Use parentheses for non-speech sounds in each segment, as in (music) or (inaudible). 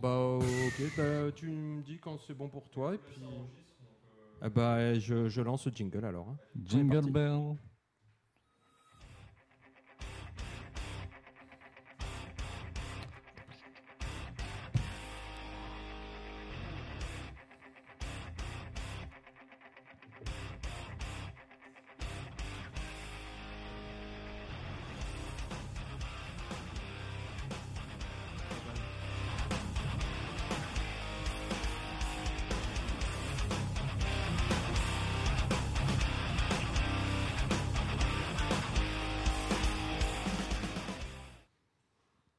Bah ok, bah, tu me dis quand c'est bon pour toi et puis. Ah bah je, je lance le jingle alors. hein. Jingle Bell.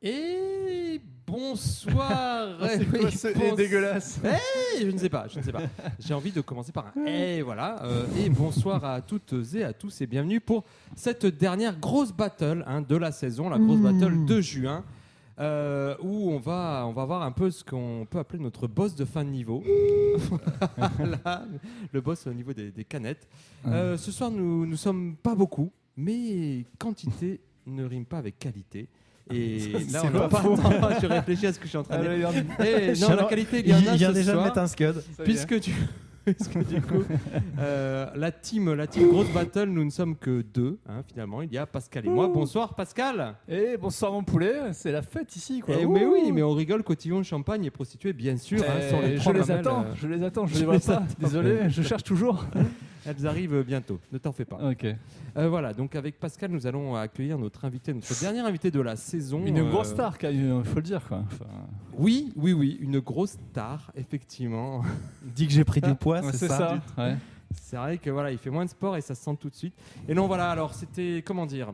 Et (laughs) bonsoir. C'est Oui, quoi (laughs) ce bonsoir. et dégueulasse Eh, je ne sais pas, je ne sais pas. J'ai envie de commencer par un et voilà. euh, et bonsoir à toutes et à tous et bienvenue pour cette dernière grosse battle hein, de la saison, la grosse battle de juin, euh, où on va on va voir un peu ce qu'on peut appeler notre boss de fin de niveau. Voilà, le boss au niveau des, des canettes. Euh, ce soir, nous nous sommes pas beaucoup, mais quantité ne rime pas avec qualité. Et là, c'est on n'a pas pas faux. le temps. Je réfléchis à ce que je suis en train Ah de dire. (laughs) Eh, non, la Alors, qualité, il y Il en a vient ce déjà de soir. mettre un scud. Puisque tu. (laughs) Parce que du coup, euh, la team, la team grosse battle, nous ne sommes que deux. hein, finalement, il y a Pascal et moi. Bonsoir Pascal. Et eh, bonsoir mon poulet, c'est la fête ici quoi. Eh, Ouh. mais oui, mais on rigole. Cotillon, champagne et prostituée, bien sûr. hein, Eh, sont les je trois les mamelles, attends, euh, je les attends, je je les vois les pas. attends. Désolé, je cherche toujours. elles arrivent bientôt. Ne t'en fais pas. Ok. Euh, voilà. Donc avec Pascal, nous allons accueillir notre invité, notre dernier invité de la saison. Une euh, grosse star, il faut le dire quoi. Enfin, Oui, oui, oui, une grosse star, effectivement. Dit que j'ai pris du poids, ouais, c'est ça. ouais. C'est vrai que voilà, il fait moins de sport et ça se sent tout de suite. Et non, voilà, alors c'était comment dire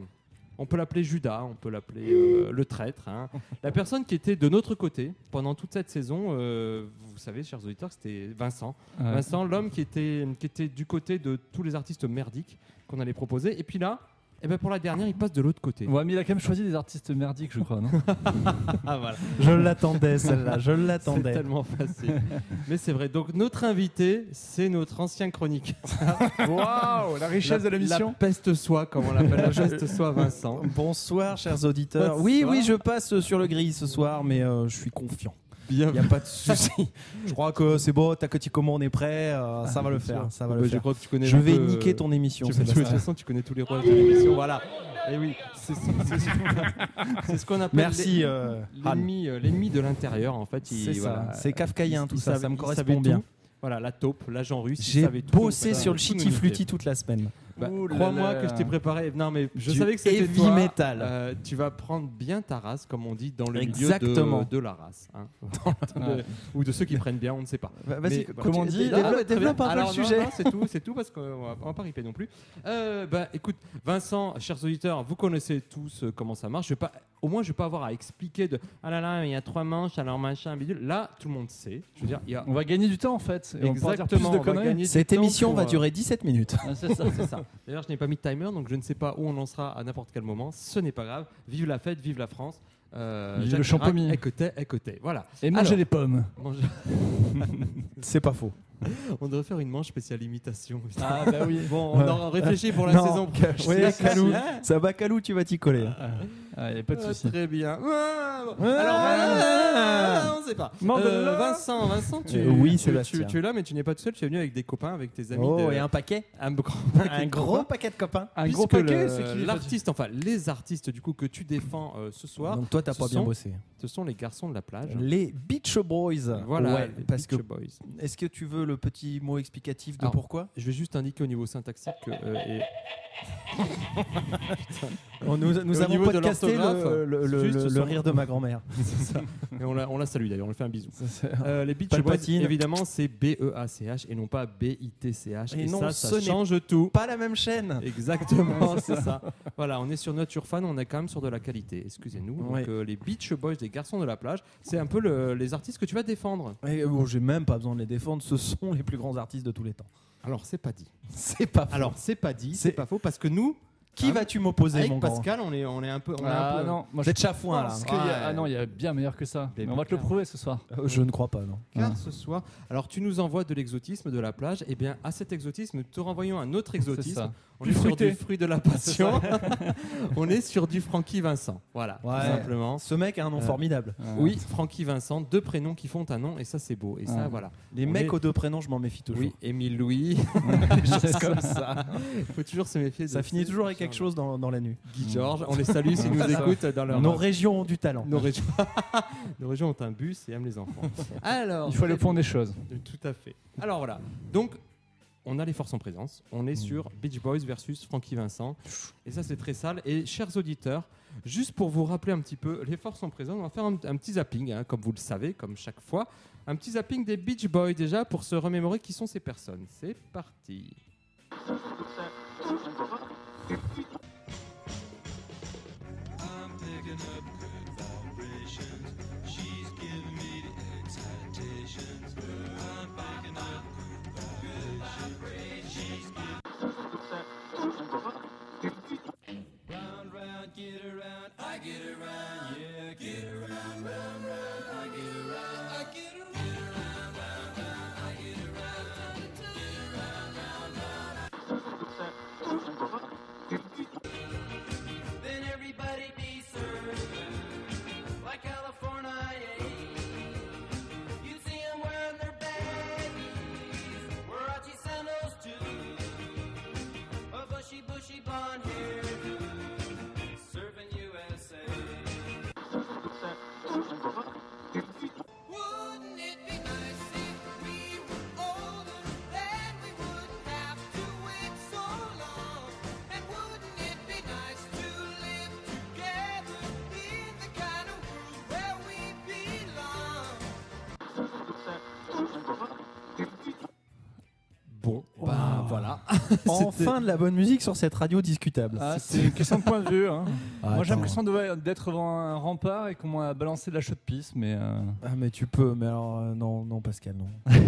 On peut l'appeler Judas, on peut l'appeler euh, le traître. hein. La personne qui était de notre côté pendant toute cette saison, euh, vous savez, chers auditeurs, que c'était Vincent. Ouais. Vincent, l'homme qui était, qui était du côté de tous les artistes merdiques qu'on allait proposer. Et puis là, eh ben pour la dernière, il passe de l'autre côté. Ouais, mais il a quand même choisi des artistes merdiques, je crois, non Ah voilà. Je l'attendais celle-là, je (laughs) C'est l'attendais. tellement facile. Mais c'est vrai. Donc notre invité, c'est notre ancien chronique. Oh, Waouh, la richesse de la mission. peste soie, comme on l'appelle, la peste soie Vincent. Bonsoir, chers auditeurs. Bonsoir. Oui, oui, je passe sur le grill ce soir, mais euh, je suis confiant. Il Bien n'y a pas de souci. (laughs) je crois que c'est bon, t'as que tu commandes, on est prêt, euh, ça va le faire. Ça va le Bah, je faire. crois que tu connais Je un vais peu, euh, niquer ton émission. tu- tu- De toute Sébastien. façon, tu connais tous les rôles de l'émission. Voilà. Et oui, c'est c'est- c'est- c'est ce qu'on appelle Merci, l'en- euh, Han. l'ennemi euh, l'ennemi de l'intérieur en fait. Il- C'est ça, voilà. c'est kafkaïen Il- tout il ça, savait- ça me il correspond savait tout. bien. Voilà, la taupe, l'agent russe. il J'ai savait tout, bossé voilà. sur le Tout nous shitty niquait. flutti toute la semaine. Bah, Ouh là Crois-moi là. que je t'ai préparé. Non, mais je Du savais que c'était heavy toi. metal. Euh, tu vas prendre bien ta race, comme on dit dans le Exactement. milieu de, de la race, hein. (laughs) De- ou de ceux qui prennent bien, on ne sait pas. Vas-y, Mais, comment on Non, dit non, mais Développe très développe bien. un peu le Alors, non, sujet. non, C'est tout, c'est tout parce qu'on va, on va pas riper non plus. Euh, bah, écoute, Vincent, chers auditeurs, vous connaissez tous euh, comment ça marche. Je vais pas, au moins, je vais pas avoir à expliquer de ah là là, il y a trois manches, alors machin, bidule. Là, tout le monde sait. Je veux dire, il y a On va gagner du temps en fait. Et on pourra dire plus exactement. de on va conneries. gagner du Cette temps émission pour, va euh, durer 17 minutes. ah, c'est ça, c'est ça. D'ailleurs, je n'ai pas mis de timer, donc je ne sais pas où on lancera à n'importe quel moment. Ce n'est pas grave. Vive la fête, vive la France. Euh, Vive Jacques le Chirac, champomis. Écoutez, écoutez. Voilà. Et Alors. manger des pommes. Mange- C'est pas faux. On devrait faire une manche spéciale (laughs) imitation. Ah bah oui. Bon, on en réfléchit pour la Non. saison prochaine. Ouais, Calou, ça va Calou, tu vas t'y coller. Ah, y a pas de Ah, souci. très bien. Ah, bon. Ah. Alors, ah, on ne sait pas. Mandela. Euh, Vincent, Vincent, tu, Euh, oui, tu- Sébastien. tu- tu es là, mais tu n'es pas tout seul. Tu es venu avec des copains, avec tes amis. Oh, de- et un paquet un grand- Un gros paquet de copains. Un Puisque gros paquet, le- c'est qui l'artiste, enfin les artistes du coup que tu défends euh, ce soir, Donc toi, t'as Ce pas bien sont- bossé. ce sont les garçons de la plage. Les Beach Boys. Voilà, Ouais, les parce que Beach Boys. est-ce que tu veux le petit mot explicatif de Alors, pourquoi Je vais juste indiquer au niveau syntaxique que. euh, et- Nous, au avons niveau de podcasté l'orthographe, le, le- c'est le- juste le son- rire de ma grand-mère. et on la, on la salue d'ailleurs, on lui fait un bisou. c'est Euh, les Beach Palpatine. Boys, évidemment, c'est E B-E-A-C-H et non pas B-I-T-C-H. Et Et, non, ça, ce ça n'est change tout. (laughs) Pas la même chaîne. Exactement, c'est ça. Voilà, on est sur Nature Fan, on est quand même sur de la qualité, excusez-nous. Donc, Ouais. euh, les Beach Boys, les garçons de la plage, c'est un peu le- les artistes que tu vas défendre. Et, euh, bon, J'ai même pas besoin de les défendre. Ce sont les plus grands artistes de tous les temps. (laughs) Alors, c'est pas dit. C'est pas faux. Alors, c'est pas dit, c'est C'est- pas faux, parce que nous, qui hein, vas-tu m'opposer, mon avec grand Pascal, on est, on est un peu. On est un Ah peu- non, moi Vous je êtes chafouin, là. hein. pense qu'il y a- Ah non, il y a bien meilleur que ça. Mais Mais on va te le clairement. prouver ce soir. Euh, Je ne crois pas, non. car ce soir. Alors tu nous envoies de l'exotisme, de la plage. Eh bien, à cet exotisme, te renvoyons un autre C'est exotisme ça. On est Plus sur fruité. du fruit de la passion. (laughs) on est sur du Francky Vincent. Voilà, Ouais. tout simplement. Ce mec a un nom Ouais. formidable. Oui, Francky Vincent, deux prénoms qui font un nom et ça c'est beau. Et ça Ouais. voilà. Les On mecs est- aux deux prénoms, je m'en méfie toujours. Oui, Émile Louis. (laughs) Des choses comme ça. Il (laughs) faut toujours se méfier. de Ça finit ces- toujours avec quelque chose dans, dans la nuit. Guy Georges, on les salue (laughs) s'ils nous écoutent dans leur. (laughs) Nos régions ont du talent. Nos régions. (laughs) Nos régions ont un bus et aiment les enfants. Alors. Il faut le point des choses. Tout à fait. Alors voilà. Donc. On a les forces en présence. On est sur Beach Boys versus Frankie Vincent. Et ça, c'est très sale. Et chers auditeurs, juste pour vous rappeler un petit peu, les forces en présence, on va faire un, un petit zapping, hein, comme vous le savez, comme chaque fois. Un petit zapping des Beach Boys déjà pour se remémorer qui sont ces personnes. C'est parti. Then everybody be served like California. You see 'em wearing their baggies, Warachi sandals too. A bushy, bushy blonde hair, serving USA. Wouldn't it be nice if we were older? Then we wouldn't have to wait so long. And wouldn't it be nice to live together in the kind of world where we belong? Bon, bah voilà. (laughs) Enfin de la bonne musique sur cette radio discutable. Ah, c'est une question de point de vue. hein. Ah, Moi, j'ai attends. l'impression de- d'être devant un rempart et qu'on m'a balancé de la chaude pisse, mais. euh, Ah, mais tu peux, mais alors euh, non, non Pascal, non.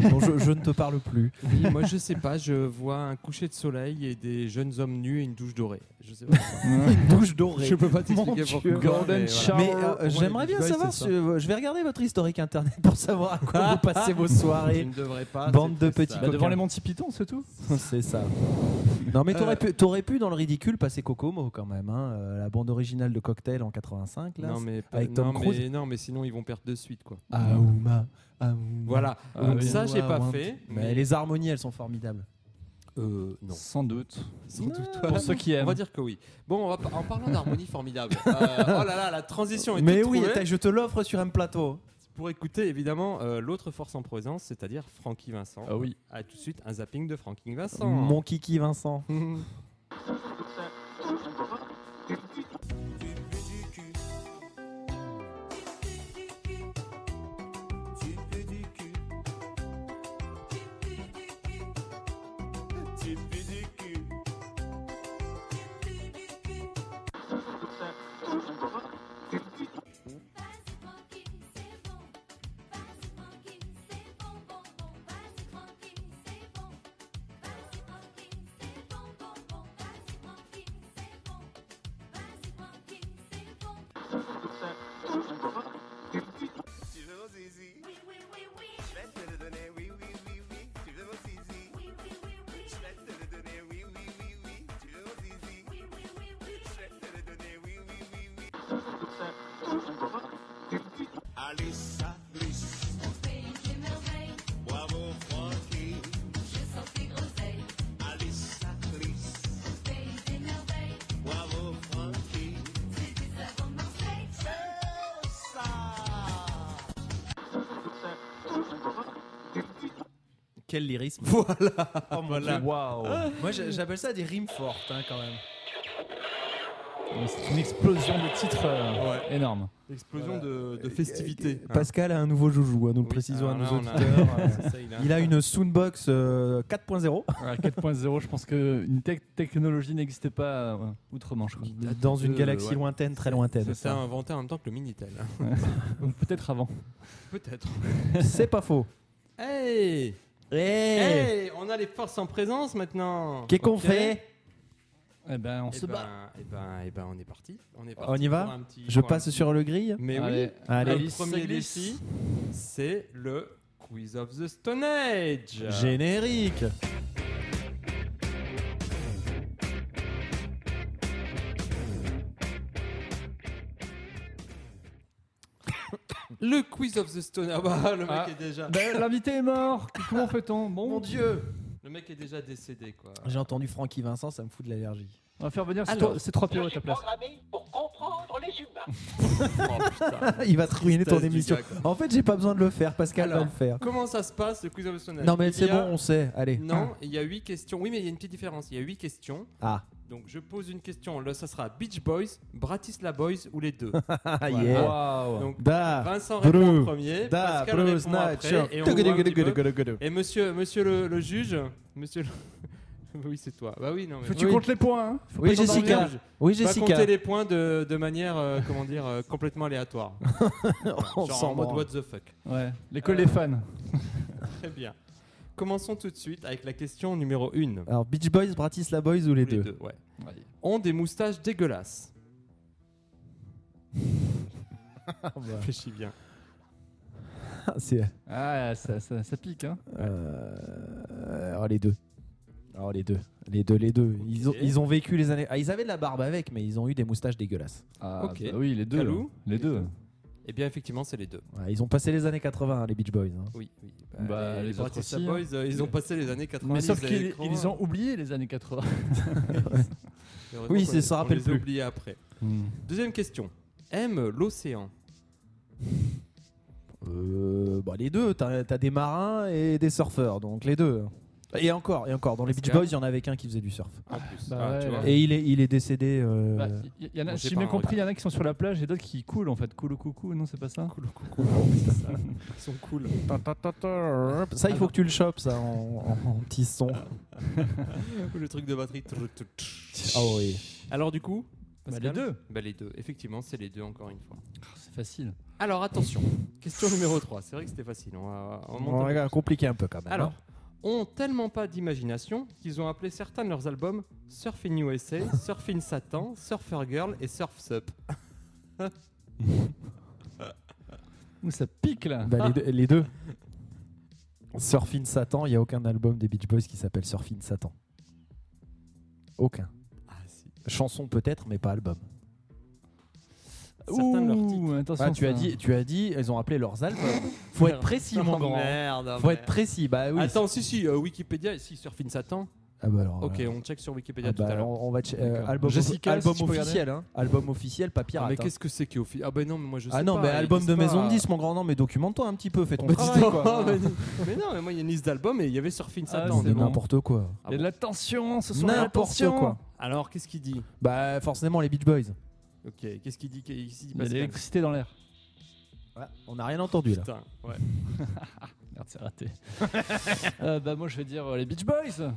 Non, je, je ne te parle plus. (laughs) Oui, moi je sais pas, je vois un coucher de soleil et des jeunes hommes nus et une douche dorée. Je sais pas. Une douche dorée. je peux pas Mon t'expliquer Dieu. pourquoi. Golden mais Shower. Mais euh, Ouais, j'aimerais les bien Beach Boys, savoir, c'est si- euh, je vais regarder votre historique internet pour savoir à quoi vous passez vos Je soirées. ne devrais pas. Bande c'est de très petits sale. bah, coquins. devant les Monty Python, c'est tout. C'est ça. Non mais t'aurais pu, t'aurais pu dans le ridicule passer Kokomo quand même, hein, euh, la bande originale de Cocktail en 85 là. Non mais, pas- Avec Tom non, Cruise. mais non mais sinon ils vont perdre de suite quoi. Aouma, Aouma. Voilà. Ah, Donc oui. ça j'ai pas Aouma. fait. Mais les harmonies elles sont formidables. euh, non. Sans doute. Sans doute. Pour ceux qui On aiment. va dire que oui. Bon, on va pa- en parlant d'harmonie (laughs) formidable. euh, oh là là, la transition est Mais toute oui, trouvée. t'as- je te l'offre sur un plateau. Pour écouter évidemment euh, l'autre force en présence, c'est-à-dire Francky Vincent. Ah oui. À tout de suite un zapping de Francky Vincent. Mon kiki Vincent. Vas-y tranquille, c'est bon. Vas-y tranquille, c'est bon, bon, bon. Vas-y tranquille, c'est bon. Vas-y tranquille, c'est bon, bon, bon. Vas-y tranquille, c'est bon. Vas-y tranquille, c'est bon. Tu veux mon zizi? Oui, oui, oui, oui. Je vais te le donner, oui, oui, oui, oui. Tu veux mon zizi? Oui, oui, oui, oui. Je vais te le donner, oui, oui, oui, oui. Tu veux mon zizi? Oui, oui, oui, oui. Je vais te le donner, oui, oui, oui, oui. Allez, ça glisse. Mon pays, c'est merveille. Bravo, Francky. Je sens tes groseilles. Allez, ça glisse. Mon pays, c'est merveille. Bravo, Francky. C'est des savants de Marseille. C'est ça. Quel lyrisme. Oh, voilà. Ah, Waouh. (laughs) Moi j'a- j'appelle ça des rimes fortes hein, quand même. C'est une explosion de titres euh, (laughs) Ouais. énorme. Explosion de, de festivités. Pascal a un nouveau joujou, hein, nous le Oui, Ah, précisons à alors nos là, auditeurs. on a- (laughs) c'est ça, il a- Il a une soundbox euh, 4.0 À 4.0, je pense qu'une technologie n'existait pas euh, outre-Manche. quoi. dans une Euh, galaxie ouais. lointaine, très lointaine. C'est ça, inventé en même temps que le Minitel. Ou Peut-être avant. Peut-être. C'est (laughs) pas faux. Eh Hey Hey Hey On a les forces en présence maintenant Qu'est-ce qu'on Ok. fait Eh ben, on Eh se bat. ben, eh ben, eh ben, on est parti. On est On parti. y va pour un petit- Je pour un passe sur le grill petit- Mais oui, Allez. le Allez. Alice, premier ça glisse. défi, c'est le Quiz of the Stone Age. Générique Le quiz of the stone. (laughs) Ah bah, le mec Ah. est déjà. Ben, L'invité est mort. Comment fait-on bon, Mon Dieu Oh, Le mec est déjà décédé, (laughs) quoi. J'ai entendu Francky Vincent, ça me fout de l'allergie. On va faire venir ces Alors. trois- ces trois PO à suis ta place. programmé pour comprendre les humains. Oh, putain. Ah, Il va te ruiner ton Tristesse du émission. gars, quoi. En fait, j'ai pas besoin de le faire, Pascal va Alors. le faire. Comment ça se passe, le quiz of the stone Non, mais Il c'est y a- bon, on sait. Allez. Non, il y a huit questions. Oui, mais il y a une petite différence. Il y a huit questions. Ah, Donc je pose une question. Là, ça sera Beach Boys, Bratislava Boys ou les deux. ah Voilà. yeah. Waouh. Donc Da, Vincent Brou, répond en premier, da, Pascal Bruce répond après, Nacho. et on voit un petit peu. Gudu-gudu-gudu-gudu. Et monsieur, monsieur le, le juge, monsieur. le- Oui, c'est toi. Bah oui, non. Mais... Faut que tu Oui. comptes les points. hein. Faut Oui, pas t'endormir. Jessica. Oui, Va Jessica. compter les points de, de manière, euh, comment dire, euh, complètement aléatoire. On Genre en s'en mode branle. what the fuck. Ouais. L'école des fans. Très bien. Commençons tout de suite avec la question numéro 1. Alors, Beach Boys, Bratislava Boys ou les deux ouais. Ont des moustaches dégueulasses. Réfléchis bien. Ah, C'est. Ah, ça, ça, ça pique. Hein. Euh, oh, les deux. Oh, les deux. Les deux, les deux. Ils, ont, Ok. ils ont vécu les années. Ah, ils avaient de la barbe avec, mais ils ont eu des moustaches dégueulasses. Ah, Ok. bah oui, les deux. Calou les deux. Eh bien, effectivement, c'est les deux. Ouais, ils ont passé les années 80, hein, les Beach Boys. hein. Oui, oui. Bah, Euh, les les autres Bratislava aussi, Boys, euh, ils ont passé les années 90. Mais sauf les qu'ils années ils ont oublié les années 80. Heureusement Oui, qu'on c'est- les- ça on rappelle les plus. oublie après. Deuxième question. Aime l'océan. Euh, bah, les deux. T'as t'as des marins et des surfeurs, donc les deux. Et encore, et encore. Dans les Beach Pascal. Boys, il y en avait qu'un qui faisait du surf. En plus. bah Ah, tu ouais. vois. Et il est, il est décédé. euh, Bah, y- y en bon, a, j'ai si pas j'ai bien un compris, il y en a qui sont sur la plage et d'autres qui coulent en fait. Coulou coucou, non, c'est pas ça Ils sont cool. tá. Ça, il faut que tu le chopes, ça, en, en- en petit son. Le truc de batterie. Ah oui. Alors du coup Bah, Pascal les deux. Bah, les deux. Effectivement, c'est les deux encore une fois. Oh, C'est facile. Alors attention. Question numéro 3. C'est vrai que c'était facile. On va, on monte On un peu. va compliquer un peu quand même. hein. Alors, ont tellement pas d'imagination qu'ils ont appelé certains de leurs albums Surfing USA, Surfing Satan, Surfer Girl et Surf Sup. Ouh, ça pique là. Ah. Bah, les, deux, les deux. Surfing Satan, il n'y a aucun album des Beach Boys qui s'appelle Surfing Satan. Aucun. Ah si. Chanson peut-être, mais pas album. Certains de leurs Ouh, titres. attention, Ah, tu, as ça. dit, tu as dit, ils ont appelé leurs albums. Faut être précis, (laughs) mon grand. Oh, Merde. Faut être précis, bah oui. Attends, si, si, euh, Wikipédia, si, Surfing Satan. Ah bah alors, Ok, euh, on check sur Wikipédia ah tout à bah l'heure. on, on va che- euh, D'accord. album, Jessica, album si tu peux officiel, hein. album officiel, pas pirate. Ah, mais hein. qu'est-ce que c'est qui est au fi- Ah bah non, mais moi je sais Ah non, pas, mais ils album disent de maison Ah pas. de 10, mon grand, non, mais documente-toi un petit peu, fais ton Bah, dis travail. donc, quoi. mais, (laughs) mais non, mais moi il y a une liste d'albums et il y avait Surfing Ah, Satan. C'est mais bon. n'importe quoi. Ah Il y a de bon. la tension ce soir. N'importe attention. quoi. Alors qu'est-ce qu'il dit Bah forcément les Beach Boys. Ok, qu'est-ce qu'il dit Bah, ici Il y a de l'électricité dans l'air. on n'a rien entendu là. Putain, ouais. Merde, c'est raté. Euh, bah, moi, je vais dire euh, les Beach Boys.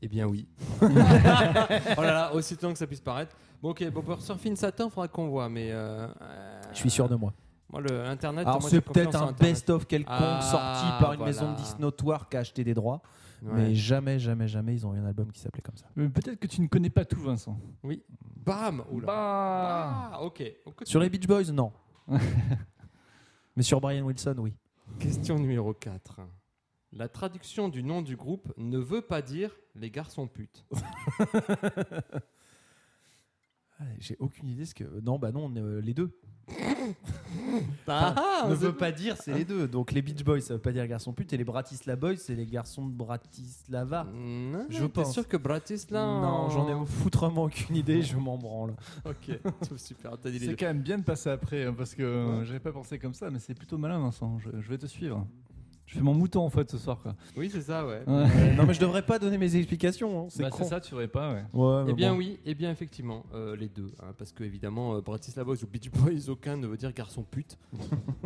Eh bien oui. (laughs) oh là là, aussi long que ça puisse paraître. Bon ok, bon, pour Surfing Satan, faudra qu'on voit, mais... euh, euh, Je suis sûr de moi. Moi, le Internet... Alors moi, c'est j'ai confiance peut-être en un Internet. best-of quelconque Ah, sorti par une voilà. maison de 10 notoire qui a acheté des droits, Ouais. mais jamais, jamais, jamais ils ont eu un album qui s'appelait comme ça. Mais peut-être que tu ne connais pas tout, Vincent. Bam Oula. Bah. Ah, ok. On continue. Sur les Beach Boys, (laughs) non. mais sur Brian Wilson, oui. Question numéro 4. La traduction du nom du groupe ne veut pas dire les garçons putes. J'ai aucune idée ce que. Non, bah non, euh, les deux. Ah, ne veut pas dire, c'est les deux. Donc les Beach Boys, ça veut pas dire garçons putes, et les Bratislava Boys, c'est les garçons de Bratislava. Mmh. Non, Je t'es pense. sûr que Bratislava. Non, j'en ai foutrement aucune Mmh. idée, je m'en branle. (laughs) Ok, super. T'as dit les C'est deux. quand même bien de passer après hein, parce que euh, j'avais pas pensé comme ça, mais c'est plutôt malin, Vincent. Je, je vais te suivre. Je fais mon mouton en fait ce soir. Quoi. Oui, c'est ça, (laughs) ouais. Ouais. Euh, non, mais je devrais pas donner mes explications, hein, c'est Bah, con. ça, tu devrais pas. Ouais. Ouais, mais Eh bien bon. oui, eh bien effectivement, euh, les deux, hein, parce que évidemment, euh, Bratislava Boys ou Beach Boys, aucun ne veut dire garçon pute.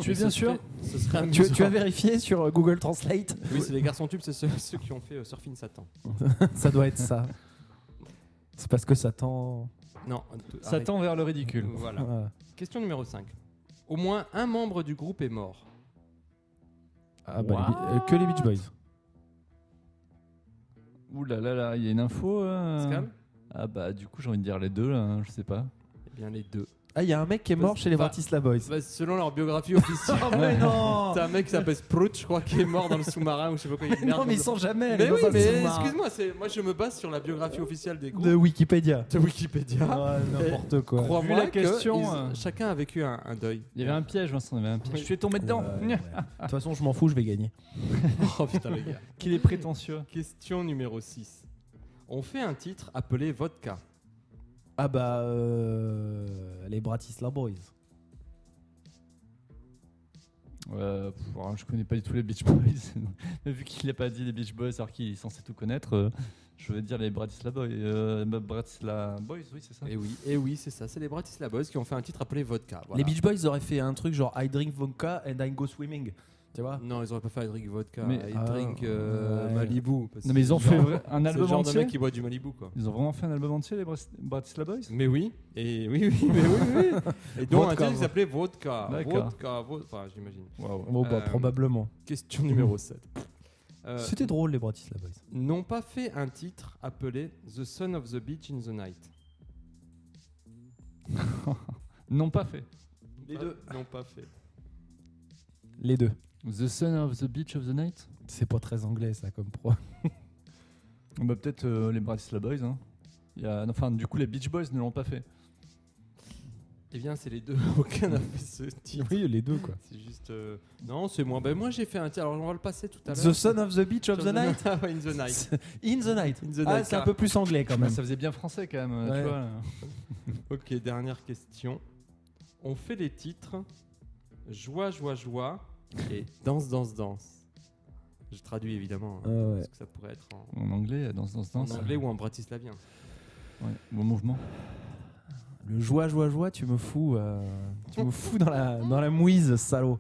Tu es Ce serait- bien sûr Ce serait Ah, Tu, amusant. tu as vérifié sur euh, (laughs) Google Translate Oui, c'est les garçons tubes, c'est ceux, ceux qui ont fait euh, Surfing Satan. Ça doit être ça. C'est parce que Satan. Non, euh, arrête. Ça tend vers le ridicule. Voilà. Voilà. Question numéro 5. Au moins un membre du groupe est Euh. mort. Ah bah, les Be- euh, que les Beach Boys. Ouh là là là, il y a une info. euh, Pascal Ah bah du coup j'ai envie de dire les deux là, hein, je sais pas. Eh bien les deux. Ah, il y a un mec qui est mort chez les Bah, Bratislava Boys. Ah, Bah, selon leur biographie officielle. mais non T'as un mec qui s'appelle Sprout, je crois, qui est mort dans le sous-marin ou je sais pas quoi. il merde Non, mais ils dans- sont jamais allés Mais oui, dans un mais sous-marin. excuse-moi, c'est- moi je me base sur la biographie officielle des groupes De Ah, Wikipédia. de Wikipédia. Ouais, N'importe quoi. Crois-moi Vu la que question, ils- euh. chacun a vécu un, un deuil. Il y avait un piège, Vincent, il y avait un piège. Je suis tombé dedans. Euh, Ouais, ouais. De toute façon, je m'en fous, je vais gagner. Oh putain, les gars. Qu'il est prétentieux. Question numéro 6. On fait un titre appelé Vodka. Ah bah euh, les Bratislava Boys. Euh, pff, alors, je connais pas du tout les Beach Boys. (laughs) Mais vu qu'il n'a pas dit les Beach Boys alors qu'il est censé tout connaître, euh, je vais dire les Bratislava Boys. Euh, bah, Bratislava Boys, oui, c'est ça. Et Eh oui, et oui, c'est ça. C'est les Bratislava Boys qui ont fait un titre appelé Vodka. voilà. Les Beach Boys auraient fait un truc genre I drink vodka and I go swimming. Tu vois Non, ils auraient pas fait I drink vodka, Mais- I hein. Ah, drink euh, ouais. Malibu. parce Non, que mais ils ont c'est fait le genre- vra- un C'est le album genre de entier. mec qui boit du Malibu, quoi. Ils ont vraiment fait un album entier, les Bras- Bratislava Boys Mais oui, et oui, oui, mais oui, oui. (laughs) Et donc un Vodka, titre qui vo- s'appelait Vodka. D'accord. Vodka, vo- enfin, j'imagine. Bon bah Euh, probablement. Question numéro 7. Mhm. euh, C'était drôle les Bratislava Boys. n'ont pas fait un titre appelé The Son of the Beach in the Night. Non, pas fait. Les deux n'ont pas fait. Les deux. The Son of the Beach of the Night C'est pas très anglais ça comme pro. bah, Peut-être euh, les Bratislava Boys. Hein. Il y a- Enfin, du coup, les Beach Boys ne l'ont pas fait. Eh bien, c'est les deux. (laughs) Aucun n'a fait ce titre. Oui, les deux quoi. C'est juste. euh, Non, c'est moi. Ben, moi, j'ai fait un titre. Alors, on va le passer tout à l'heure. The Son of the Beach of Sur the Night. (laughs) Ah ouais, in the Night. (laughs) In the Night. In the Ah, night, c'est un car- peu plus anglais quand Bah, même. ça faisait bien français quand même, euh, Ouais. tu vois. là. Ok, dernière question. On fait les titres Joie, joie, joie et Danse, danse, danse. Je traduis évidemment. hein, Ah ouais. Parce que ça pourrait être en, En anglais, euh, dans dans en dans. anglais ou en bratislavien. Bon mouvement. Le joie joie joie, tu me fous euh, tu me fous dans la dans la mouise salaud.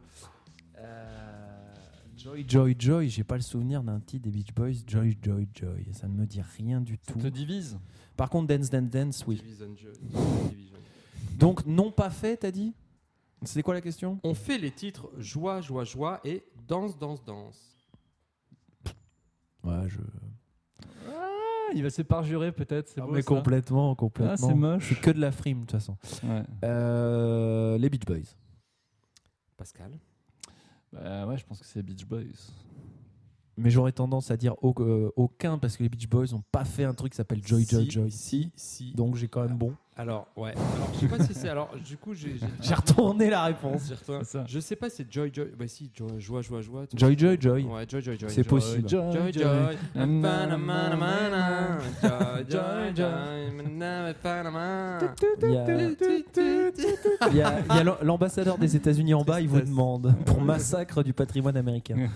Euh, Joy Joy Joy, j'ai pas le souvenir d'un titre des Beach Boys Joy Joy Joy, ça ne me dit rien du tout. Te divise Par contre Dance Dance Dance (laughs) oui. Division, jo- Division. Donc non pas fait, t'as dit C'est quoi la question On fait les titres Joie, joie, joie et Danse, danse, danse. Ouais, je. Ah, il va se parjurer peut-être, c'est beau, mais ça. complètement, Ah, complètement. c'est moche. c'est que de la frime de toute façon. Ouais. Euh, les Beach Boys. Pascal Bah ouais, je pense que c'est Beach Boys. Mais j'aurais tendance à dire au- euh, aucun parce que les Beach Boys n'ont pas fait un truc qui s'appelle Joy Joy Si, Joy. Si, si. Donc j'ai quand même bon. Alors, ouais. Alors, je sais pas si c'est. Alors, du coup, j'ai. J'ai retourné la réponse. J'ai retourné. C'est ça. Je sais pas si c'est Joy Joy. Bah, si, Joy- Joie, joie, joie. tu- Joy Joy Joy. Ouais, Joy, Joy, Joy. C'est Joy. possible. Joy, Joy. Panamana. Joy, Joy, Joy. Manana, Panama. Il y a, il y a- il y a l'am- l'ambassadeur des États-Unis en bas, il vous Tristesse. demande pour massacre du patrimoine américain.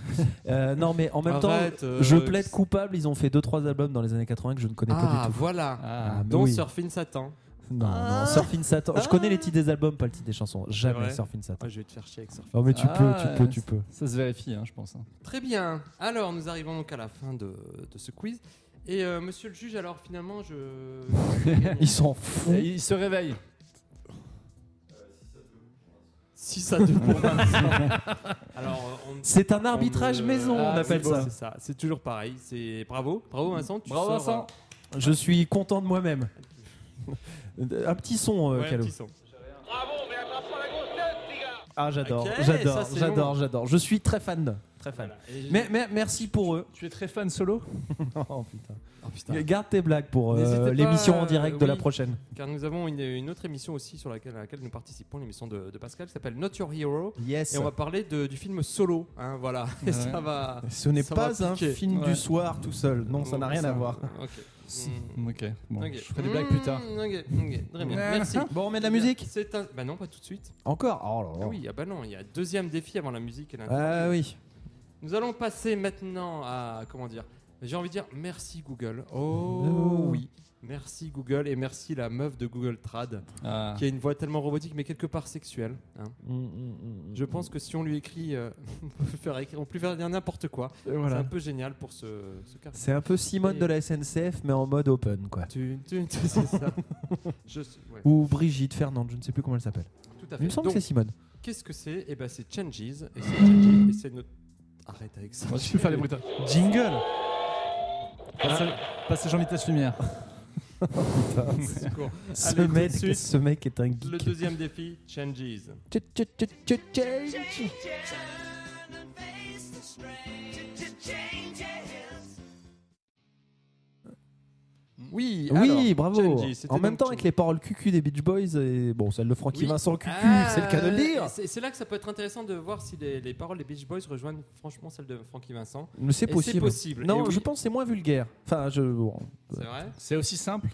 Euh, non, mais en même Arrête, temps, euh, je plaide coupable. Ils ont fait deux trois albums dans les années 80 que je ne connais pas Ah, du tout. voilà. Ah, mais Dont oui. Surfing Satan. Non, non, Surfing Satan. Je connais les titres des albums, pas le titre des chansons. Jamais Ah. vrai Surfing Satan. Ah, je vais te faire chier avec Surfing Oh, mais tu Ah, peux, tu peux, tu peux. Ça se vérifie, hein, je pense. hein. Très bien. Alors, nous arrivons donc à la fin de, de ce quiz. Et euh, monsieur le juge, alors finalement, je. (laughs) Ils s'en foutent. Et il se réveille. Si ça te convainc. (laughs) Alors, euh, on. C'est un arbitrage on, euh, maison, ah, on appelle c'est beau, ça. C'est ça. C'est toujours pareil. C'est bravo, bravo Vincent. Tu Bravo, sors, Vincent. Je suis content de moi-même. Un petit son, euh, euh, ouais, un Calo. petit son. Bravo, mais attrape pas la grosse tête, les gars Ah, j'adore, Ok, ça, j'adore, c'est j'adore, j'adore. Je suis très fan. Très fan. Voilà. Et- Mais, mais merci pour eux. Tu es très fan solo (laughs) Oh, putain. Oh, putain. Garde tes blagues pour euh, N'hésitez pas, l'émission euh, en direct de la oui. prochaine. Car nous avons une, une autre émission aussi sur laquelle, à laquelle nous participons, l'émission de, de Pascal qui s'appelle Not Your Hero. Yes. Et on va parler de- du film Solo. hein, voilà. Et (laughs) Ouais. ça va. Ce n'est ça pas va un piquer. film Ouais. du soir tout seul. Non, ça n'a rien à voir. Ok. Mm. Ok. Bon, Ok. Je ferai des blagues plus tard. Mm, ok, ok. Très bien. (laughs) Merci. Bon, on met de la musique C'est un... Bah non, pas tout de suite. Encore Oh là Ah là. oui, ah bah non, il y a deuxième défi avant la musique. et l'intro. Ah oui. Nous allons passer maintenant à comment dire J'ai envie de dire merci Google. Oh Non. oui, merci Google et merci la meuf de Google Trad Ah. qui a une voix tellement robotique mais quelque part sexuelle. hein. mm. Je Mm. pense que si on lui écrit, euh, (laughs) on peut faire écrire, on peut lui faire dire n'importe quoi. Et C'est voilà. un peu génial pour ce, ce cas. C'est un peu Simone Et- de la SNCF, mais en mode open, quoi. Tu, tu- tu- c'est (laughs) ça. Je sais- ouais, Ou Brigitte Fernande, je ne sais plus comment elle s'appelle. tout à fait. Il me semble Donc, que c'est Simone. qu'est-ce que c'est Eh ben, c'est Changes. Et c'est Changes. Et c'est notre. Arrête avec ça. Moi, je peux faire les bruitages. Jingle Ah. Passez, passez Jean Vitesse Lumière. ce, Allez, tout de mec, suite. ce mec est un geek. Le deuxième défi, Changes. Tchut, tchut, tchut, tchut, tchut. Oui, Oui, alors, bravo. Changes, c'était en même donc temps, avec les paroles cucu des Beach Boys, et bon, celle de Francky Oui. Vincent cucu, Ah, c'est le cas de le dire. C'est c'est là que ça peut être intéressant de voir si les, les paroles des Beach Boys rejoignent franchement celles de Frankie Vincent. Mais c'est Et possible. possible. Non, Et oui, je pense que c'est moins vulgaire. Enfin, je. bon, C'est vrai. C'est aussi simple.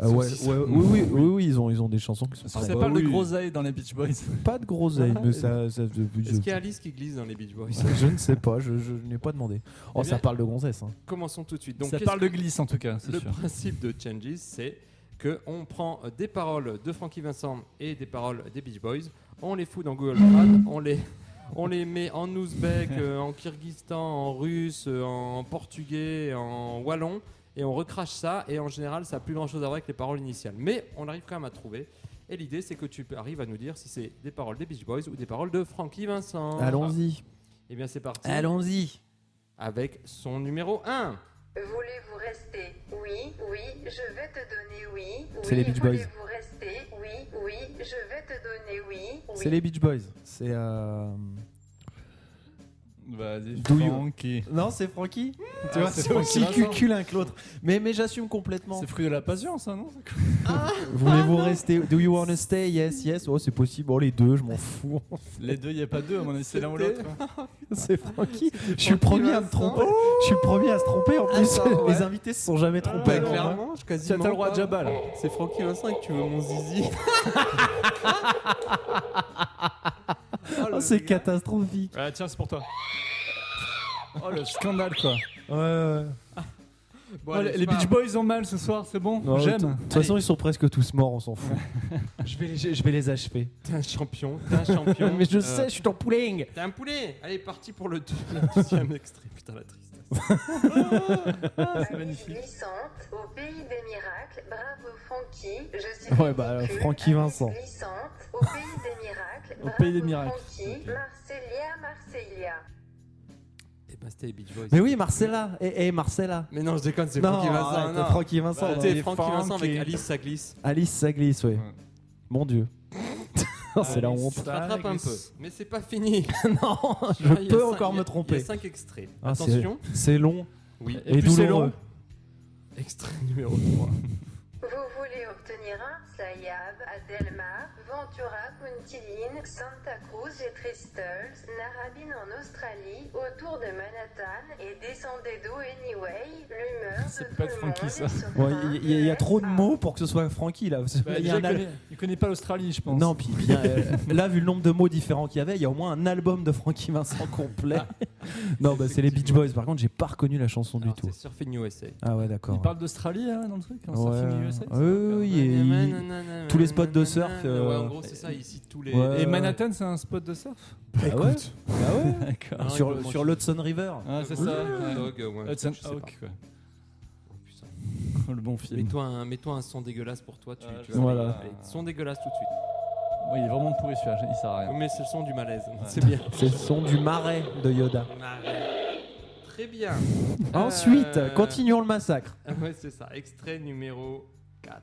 euh, ouais, ouais, oui, oui, oui, oui, ils ont, ils ont des chansons qui sont Ça très- parle de groseille dans les Beach Boys. pas de groseille, mais ça, ça- je, je- Est-ce qu'il y a Alice qui glisse dans les Beach Boys (laughs) je ne sais pas, je, je n'ai pas demandé. Oh, Eh bien- ça parle de gonzesse. hein. Commençons tout de suite. Donc, ça qu'est-ce parle de glisse en tout cas, c'est Le sûr. principe de Changes, c'est que on prend euh, des paroles de Frankie Vincent et des paroles des Beach Boys, on les fout dans Google Trad, on les, on les met en ouzbek, euh, en kirghizistan, en russe, euh, en portugais, en wallon, et on recrache ça, et en général, ça n'a plus grand-chose à voir avec les paroles initiales. Mais on arrive quand même à trouver. Et l'idée, c'est que tu arrives à nous dire si c'est des paroles des Beach Boys ou des paroles de Frankie Vincent. Allons-y. Et bien, c'est parti Allons-y. avec son numéro 1. Voulez-vous rester Oui, oui, je vais te donner oui. oui. C'est les Beach Boys. Voulez-vous rester Oui, oui, je vais te donner oui. oui. C'est les Beach Boys. C'est. euh, Vas-y, Do you- Frankie. Non, c'est Francky. tu Ah, vois, c'est c'est Francky aussi Vincent. cucul l'un que l'autre. Mais, mais j'assume complètement. C'est fruit de la passion, ça, non Voulez-vous Ah rester Do you wanna stay Yes, yes. Oh, c'est possible. Oh, les deux, je m'en fous. (laughs) Les deux, il n'y a pas deux, à mon avis, c'est l'un ou l'autre. C'est Francky. Je suis le premier à me Vincent. tromper. Je suis le premier à se tromper. En plus, Attends, ouais. (laughs) les invités se sont jamais trompés. Bah, avant moi. clairement, je quasiment. T'as le droit à pas. Jabba, là. C'est Francky Vincent et que tu veux mon zizi. Oh, Oh, le c'est gars. catastrophique. Ah, tiens, c'est pour toi. Oh, le scandale, quoi. Ouais, ouais. Bon, Oh, allez, les c'est les pas Beach Boys ont mal ce soir, c'est bon Non, t- J'aime. De toute façon, ils sont presque tous morts, on s'en fout. (laughs) je, vais les, je, je vais (laughs) les achever. grave. T'es un champion, t'es un champion. (laughs) Mais je Euh, sais, je suis dans Pouling. T'es un poulet. Allez, parti pour le, deux- le deuxième extrait. Putain, la tristesse. Mamie glissante, au pays des miracles, bravo Francky, je suis Ouais, bah, alors, ridicule. Francky Mamie Vincent. glissante, au pays des miracles, Au bravo pays des miracles, Francky, Marseilla, Marseilla. Et bah, c'était les Beach Boys. Mais oui, Marcella. Eh, eh, Marcella. Mais non, je déconne, c'est Francky Vincent. arrête, Non, Francky Vincent. C'était non. Francky Vincent avec Alice, ça glisse. Alice, ça glisse, ouais. Ouais. Mon dieu. (laughs) c'est la Alice, honte. Je rattrape un peu. Mais c'est pas (laughs) fini. non, Ah, je il y a peux cinq- encore il y a- me Il y tromper. a 5 extraits. Ah, c'est- Attention. C'est long Oui. et, plus c'est douloureux. long. Extrait numéro 3. Vous voulez obtenir un Sayab, Adelma, Ventura, Kuntilin, Santa Cruz et Tristles, Narabine en Australie, autour de Manhattan et descendez d'eau anyway, l'humeur de C'est tout pas le Francky, monde ça. est sur Ah, Il un, y, a- y a trop de un. mots pour que ce soit Francky là. Bah, Il y a déjà un que- al- il connaît pas l'Australie, je pense. Non, puis, puis, euh, là, vu le nombre de mots différents qu'il y avait, il y a au moins un album de Francky Vincent (laughs) complet. Ah. non, bah, c'est les Beach Boys. Par contre, j'ai pas reconnu la chanson Alors, du tout. C'est Surfing USA. Ah ouais, d'accord. Il parle d'Australie, hein, dans le truc, en Ouais. surfing USA. Ah oui, oui, oui, et- Bah, tous les spots de surf, Ouais, en euh, gros, c'est ça. Il cite tous les. Ouais. Et Manhattan, c'est un spot de surf Ah ouais Ah ouais D'accord. Ah, il Sur, peut manger. sur l'Hudson River. Ah, c'est Blue ça. ouais. Dog, ouais, Hudson je sais pas. Hawk, quoi. (laughs) Oh, putain. Oh, le bon film. Mets-toi un, mets-toi un son dégueulasse pour toi. Tu, Ah, tu je vas sais voilà. pas. son dégueulasse tout de suite. Ouais, il est vraiment pourri celui-là, il sert à rien. Mais c'est le son du malaise. C'est (laughs) bien. C'est le son du marais de Yoda. Marais. Très bien. Ah. Ensuite, Euh, continuons le massacre. (laughs) Ouais, c'est ça. Extrait numéro 4.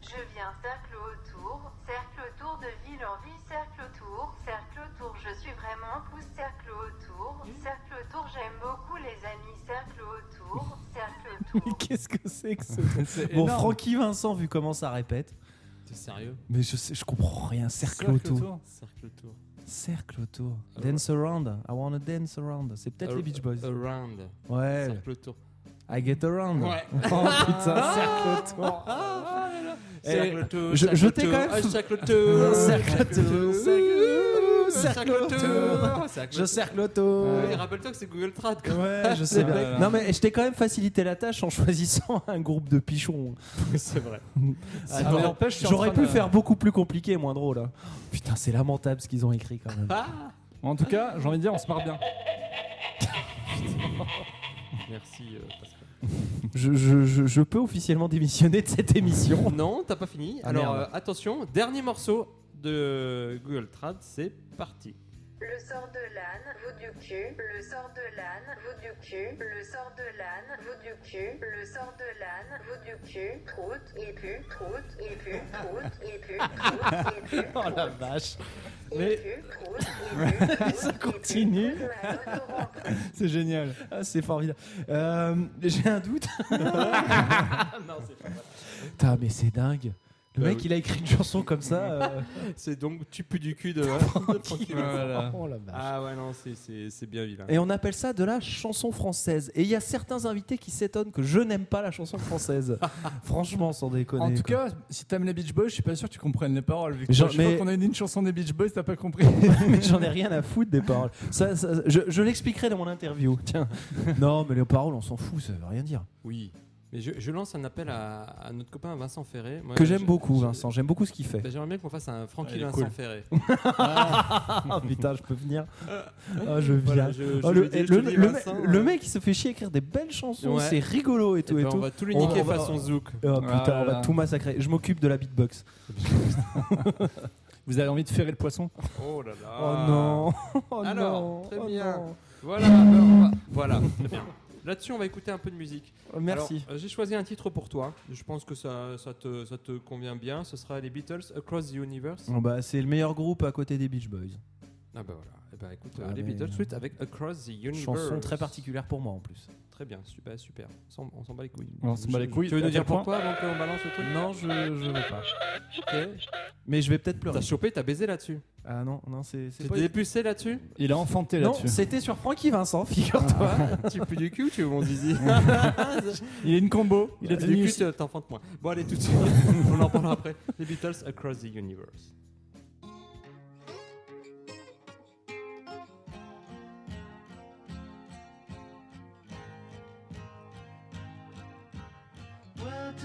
Je viens cercle autour, cercle autour de ville en ville, cercle autour, cercle autour, je suis vraiment pousse, cercle autour, cercle autour, j'aime beaucoup les amis, cercle autour, (laughs) cercle autour. Qu'est-ce que c'est que ce. C'est Bon, énorme. Francky Vincent, vu comment ça répète. T'es sérieux Mais je sais, je comprends rien. Cercle Cercle autour. autour. Cercle tour. Cercle autour. Ah ouais. Dance around. I wanna dance around. C'est peut-être les Beach Boys. Around. Ouais. Euh, Cercle tour. I get around. (laughs) Ouais. Oh putain, Ah cercle autour. Cercle tour. Ah, je- cercle je t'ai tour, quand même ah, fou- Cercle tour. (laughs) Cercle tour, cercle- cercle tour. tour. Cercle Je tour. cercle autour. Oui, rappelle-toi que c'est Google Trad. quoi. (laughs) Ouais, je sais Ah bien. là là. Non, mais je t'ai quand même facilité la tâche en (laughs) choisissant un groupe de pichons. c'est vrai. Ah, Bon, mais n'empêche, je suis en J'aurais train pu de- faire beaucoup plus compliqué et moins drôle. hein. Putain, c'est lamentable ce qu'ils ont écrit quand (laughs) même. En tout cas, j'ai envie de dire, on se marre bien. Merci euh, Pascal. Je, je- je- je peux officiellement démissionner de cette (laughs) émission. Non, t'as pas fini. Ah, Alors merde. euh, attention, dernier morceau de Google Trad, c'est parti. Le sort de l'âne, vous du cul. Le sort de l'âne, vous du cul. Le sort de l'âne, vous du cul. Le sort de l'âne, vous du cul. Troute, il pue, troute, il pue, troute, il pue, troute, il pue. (laughs) Oh la troute. vache Il Mais- pue, troute, il pue, (laughs) troute, Ça il pue, continue. troute, la note au rond. C'est génial, Ah, c'est formidable. Euh, J'ai un doute. Ah, Putain, mais c'est dingue. Le Bah mec, oui. il a écrit une chanson comme ça. euh, (laughs) C'est donc tu pues du cul de. Ah, (laughs) tranquille. Voilà. Oh, la vache. Ah ouais, non, c'est- c'est c'est bien vilain. Et on appelle ça de la chanson française. Et il y a certains invités qui s'étonnent que je n'aime pas la chanson française. Franchement, sans déconner. En tout quoi. cas, si t'aimes les Beach Boys, je suis pas sûr que tu comprennes les paroles. Vu que Genre, chaque fois mais- qu'on a une chanson des Beach Boys, t'as pas compris. (laughs) mais j'en ai rien à foutre des paroles. Ça, ça- je je l'expliquerai dans mon interview. Tiens. Non, mais les paroles, on s'en fout, ça veut rien dire. Oui. Mais je, je lance un appel à, à notre copain Vincent Ferré. Moi, que je- j'aime beaucoup, je- Vincent. J'aime beaucoup ce qu'il fait. (laughs) bah, J'aimerais bien qu'on fasse un Francky Elle est Vincent cool. Ferré. Ah putain, je peux venir. Ah, je viens. Voilà, je- je Oh, le, lui dis- je le- te dis le- Vincent, le euh, mec il se fait chier à écrire des belles chansons, Ouais. c'est rigolo et eh tout ben, et tout. on va tout lui On- niquer on va- façon Zouk. Oh Ah putain, là on va là. tout massacrer. Je m'occupe de la beatbox. Vous avez envie de ferrer le poisson Oh là là. Oh non. (laughs) Oh Alors, non. très Oh bien. non. Voilà, alors on va- (laughs) voilà, très bien. Là-dessus, on va écouter un peu de musique. Oh, Merci. Alors, euh, J'ai choisi un titre pour toi. Je pense que ça, ça, te, ça te convient bien. Ce sera les Beatles Across the Universe. Bon, bah, c'est le meilleur groupe à côté des Beach Boys. Ah bah voilà. Eh ben écoute, euh, Ah, les mais- Beatles suite avec Across the Universe. Chanson très particulière pour moi en plus. Très bien, super, super. On s'en- on s'en bat les couilles. On se bat les couilles. Tu veux à nous dire quel point pourquoi avant qu'on balance le truc Non, je je veux pas. Ok. Mais je vais peut-être T'as pleurer. chopé, t'as baisé là-dessus. Ah non, non, c'est c'est T'es pas dépucé là-dessus Il a enfanté Non, là-dessus. c'était sur Francky Vincent, figure-toi. Toi, tu pues du cul ou tu veux mon zizi (laughs) Il est une combo. (laughs) Euh, Il a Du tenu. cul, tu- t'enfantes moins. Bon, allez, tout de suite. On en parlera après. Les Beatles Across the Universe. Words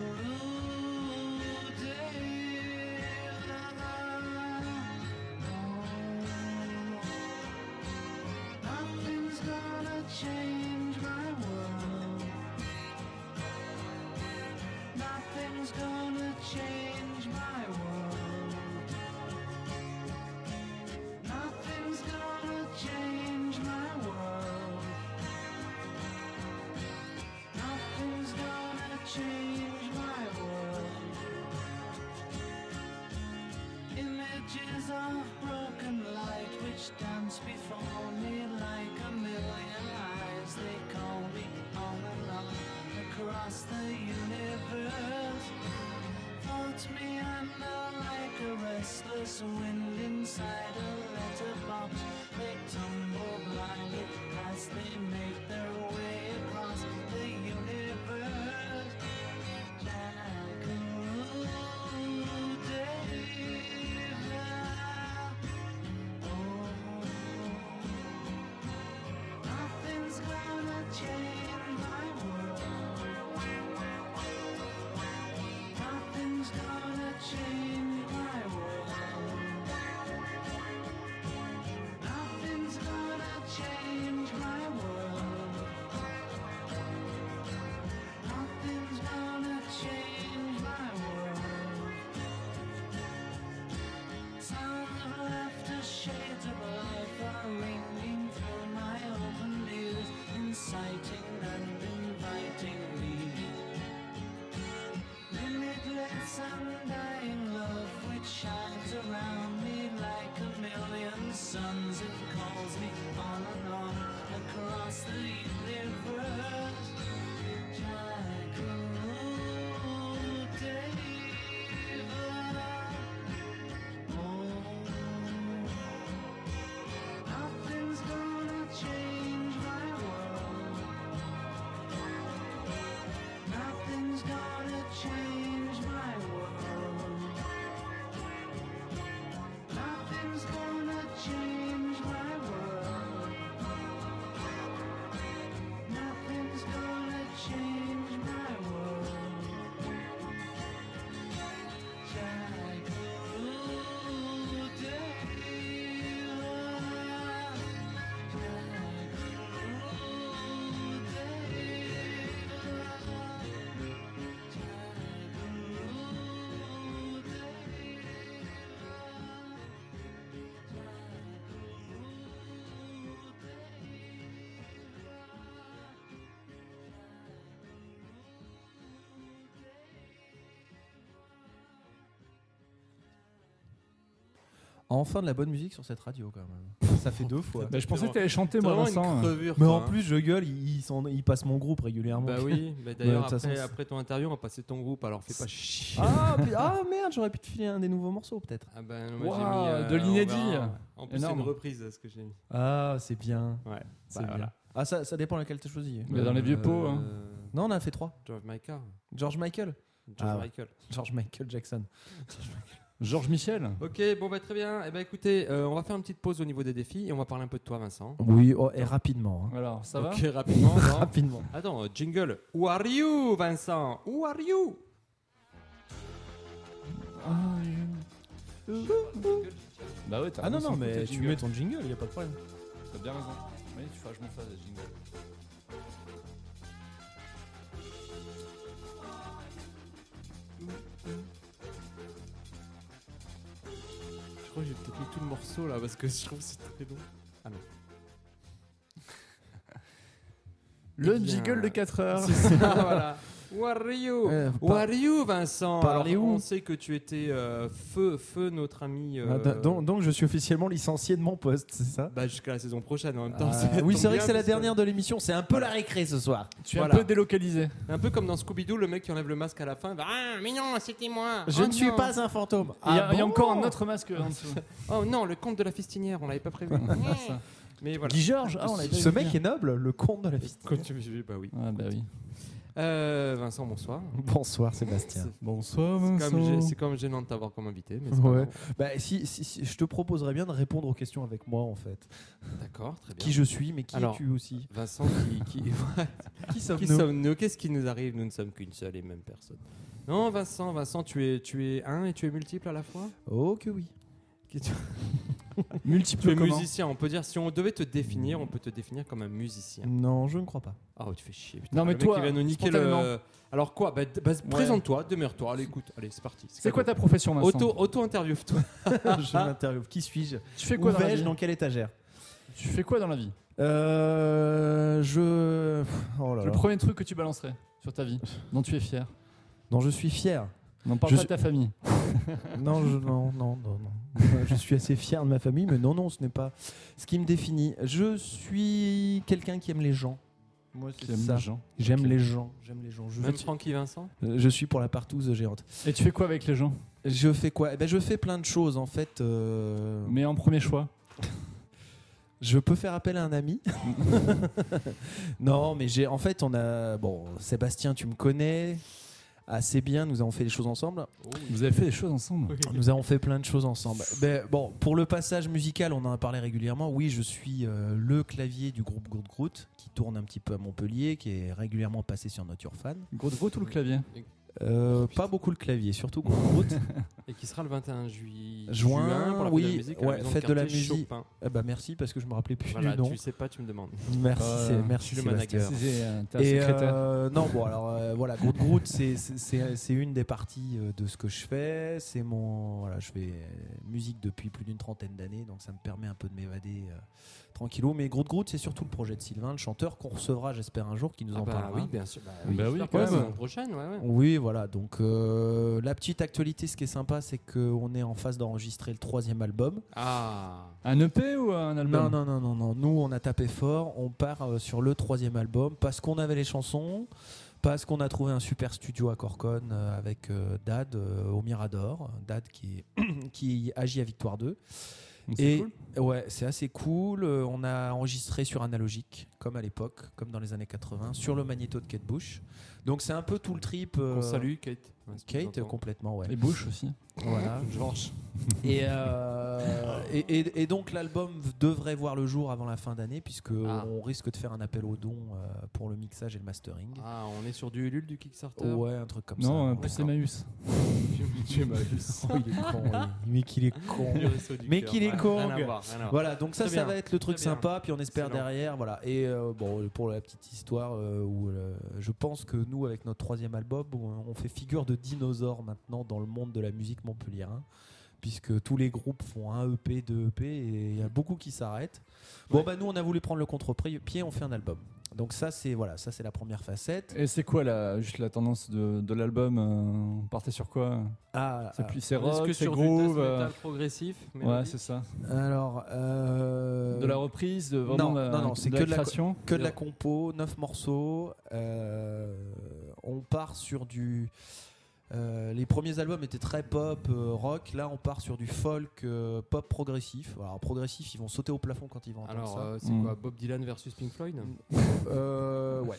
a Nothing's gonna change my world. Nothing's gonna change my world. Nothing's gonna change my world. Nothing's gonna change my world. Images of broken light which dance before me like a million eyes. They call me on and on across the universe. Floats me under like a restless wind inside a letterbox. They tumble blindly as they make their way across the universe. Like a rude Oh, nothing's gonna change my world. Nothing's gonna change my world. Nothing's gonna change my world. Nothing's gonna change my world. Sounds of laughter, shades of life are ringing through my open ears, inciting and inviting me. Limitless undying love which shines around me like a million suns. It calls me on and on across the universe. Like a road diver. Oh, nothing's gonna change my world. Nothing's gonna change my world. Nothing's gonna change my world. Nothing's Enfin de la bonne musique sur cette radio quand (laughs) même. Ça fait deux fois. Bah, je pensais que t'allais chanter, moi, vraiment une Vincent. euh, crevure. Mais quoi, en hein. plus, je gueule, ils, ils sont- ils passent mon groupe régulièrement. Bah oui, bah d'ailleurs, de toute après, façon, après ton interview, on va passer ton groupe, alors fais pas chier. (laughs) Ah, puis- ah, merde, j'aurais pu te filer un des nouveaux morceaux peut-être. Ah ben, moi, j'ai Waouh, mis, de l'inédit. on verra. En plus, c'est Énorme. une reprise ce que j'ai mis. Ah, c'est bien. Ouais, c'est bah bien. voilà. Ah, ça, ça dépend laquelle tu choisis. Mais dans les vieux pots, hein. Euh, Non, on a fait trois. Drive My Car. George Michael. George Ah ouais. Michael. George Michael Jackson. Georges Michel. Ok, bon bah très bien. Eh ben écoutez, euh, on va faire une petite pause au niveau des défis et on va parler un peu de toi, Vincent. Oui, oh, et rapidement. hein. Alors, ça ok, rapidement. non Rapidement. Attends, euh, jingle. Who are you, Vincent Who are you (laughs) va Bah ouais, t'as Ah non, raison, non, faut que mais t'aies tu jingle. mets ton jingle, il a pas de problème. T'as bien raison. Oui, tu feras, je m'en fasse des jingles. Je crois que j'ai peut-être mis tout le morceau là parce que je trouve que c'est très long. Le bien, jingle de 4 heures. C'est ça, voilà. Who are you Euh, Who par- are you, Vincent par Alors, les où On sait que tu étais euh, feu, feu notre ami. euh, Ah, da- donc, donc je suis officiellement licencié de mon poste, c'est ça bah, jusqu'à la saison prochaine en même temps. Ah, ça Oui, tombe c'est vrai bien, que c'est la parce dernière de l'émission, c'est un peu la récré ce soir. Tu es Voilà. un peu délocalisé. Un peu comme dans Scooby-Doo, le mec qui enlève le masque à la fin. bah, ah, mais non, c'était moi. Je Oh ne suis non. pas un fantôme. Il y a- Ah il y a bon encore un autre masque en dessous. Oh non, le conte de la fistinière, on l'avait pas (laughs) prévu. Ah, mais voilà. Guy Georges Ah, on l'a Ce mec est noble, le comte de la vie. Quand tu me suivis, bah oui. (laughs) Ah (laughs) bah oui. Euh, Vincent, bonsoir. (laughs) Bonsoir Sébastien. Bonsoir C'est comme gê- C'est comme gênant de t'avoir comme invité. Mais c'est pas Ouais. grave. Bah, si, si- si- je te proposerais bien de répondre aux questions avec moi en fait. D'accord, très bien. Qui je suis, mais qui Alors, tu aussi Vincent, qui, (laughs) qui, Qui sommes-nous qui sommes-nous Qu'est-ce qui nous arrive Nous ne sommes qu'une seule et même personne. Non, Vincent, Vincent, tu es, tu es un et tu es multiple à la fois Oh que oui. Qui- tu, tu Multiple es comment musicien, on peut dire, si on devait te définir, on peut te définir comme un musicien. Non, je ne crois pas. Ah, tu fais chier. Putain, Non, mais le mec, toi, il vient nous niquer le... spontanément. Alors quoi bah, d- bah, Présente-toi, demeure-toi, allez, écoute, allez, c'est parti. C'est quoi ta profession, Vincent Auto- Auto-interview-toi. je m'interroge. Qui suis-je Tu fais Où quoi dans la vais-je vie Dans quelle étagère Tu fais quoi dans la vie Euh, je. Oh là Le là. premier truc que tu balancerais sur ta vie, dont tu es fier. Non, je suis fier. N'en parle Je pas suis- de ta famille. Non, je, non, non, non, non. je suis assez fier de ma famille, mais non, non, ce n'est pas ce qui me définit. Je suis quelqu'un qui aime les gens. Moi, c'est ça. gens. J'aime les gens. J'aime les gens. Je, Même Francky Vincent Euh, je suis pour la partouze géante. Et tu fais quoi avec les gens Je fais quoi eh ben, Je fais plein de choses, en fait. euh, Mais en premier choix. Je peux faire appel à un ami. (laughs) non, mais j'ai. En fait, on a. Bon, Sébastien, tu me connais assez bien. Nous avons fait des choses ensemble. Vous avez fait des choses ensemble. Nous avons fait plein de choses ensemble. Ben, bon, pour le passage musical, on en a parlé régulièrement. Oui, je suis euh, le clavier du groupe Gourde Groot, qui tourne un petit peu à Montpellier, qui est régulièrement passé sur notre Urfan. Gros de gros tout le clavier. Euh, pas beaucoup le clavier, surtout Gourde (laughs) Groot. Et qui sera le 21 juillet. Juin, pour la fête oui, de la musique. à la ouais, maison fête de la quartier musique. Chopin. Eh ben, merci parce que je me rappelais plus Voilà, du nom. tu sais pas, tu me demandes. Merci, Euh, c'est- merci je suis le Sébastien. manager. C'est euh, t'es un Et secrétaire. euh, non, bon, alors euh, voilà, Groot Groot, c'est- c'est- c'est c'est une des parties euh, de ce que je fais. C'est mon. Voilà, je fais euh, musique depuis plus d'une trentaine d'années, donc ça me permet un peu de m'évader euh, tranquillo. Mais Groot Groot, c'est surtout le projet de Sylvain, le chanteur, qu'on recevra, j'espère, un jour, qui nous Ah en bah parlera. oui, bien sûr. Bah, Bah oui, j'espère quand que la même. saison prochaine, ouais, ouais. Oui, voilà. Donc, euh, la petite actualité, ce qui est sympa, c'est qu'on est en phase d'enregistrer le troisième album. Ah, Un EP ou un album Non, non, non, non, non. Nous, on a tapé fort. On part euh, sur le troisième album parce qu'on avait les chansons, parce qu'on a trouvé un super studio à Corcon euh, avec euh, Dad euh, au Mirador. Dad qui, (clears throat) qui agit à Victoire 2. Donc, c'est Et cool. ouais, c'est assez cool. Euh, on a enregistré sur analogique, comme à l'époque, comme dans les années 80, sur le magnéto de Kate Bush. Donc, c'est un peu tout le trip. euh, on salue Kate. Ouais, si tu nous Kate, entends. complètement, ouais. Les bouches aussi. Voilà. Georges. Et, euh, et, et- et donc l'album devrait voir le jour avant la fin d'année puisque Ah. on risque de faire un appel aux dons euh, pour le mixage et le mastering. Ah, on est sur du Ulule, du Kickstarter. Ouais, un truc comme ça. Non, euh, plus D'accord. (laughs) Emmaüs. tu es malus. Oh, il est (laughs) con, lui. mais qu'il est con. Mais qu'il est con. Rien à voir, rien à voir. Voilà, donc ça, Très ça bien. va être le truc Très bien. sympa, puis on espère Excellent. derrière, voilà. Et euh, bon, pour la petite histoire, euh, où euh, je pense que nous, avec notre troisième album, on on fait figure de dinosaure maintenant dans le monde de la musique montpelliérain, hein, puisque tous les groupes font un EP, deux EP, et il y a beaucoup qui s'arrêtent. Bon, bah nous, on a voulu prendre le contre-pied, on fait un album. Donc ça, c'est voilà, ça c'est la première facette. Et c'est quoi la, juste la tendance de, de l'album euh, On partait sur quoi Ah, C'est ah, plus c'est Euh, Est-ce rock, que c'est sur du groove. death euh, metal progressif Ouais, mélodique c'est ça. alors, euh, De la reprise, de vraiment non, la, non, non, c'est de que la de la- création. que de la compo, 9 morceaux. euh, on part sur du. euh, les premiers albums étaient très pop, euh, rock. Là, on part sur du folk, euh, pop progressif. Alors, progressif, ils vont sauter au plafond quand ils vont entendre Alors, ça. euh, c'est Mm. quoi Bob Dylan versus Pink Floyd Euh, ouais,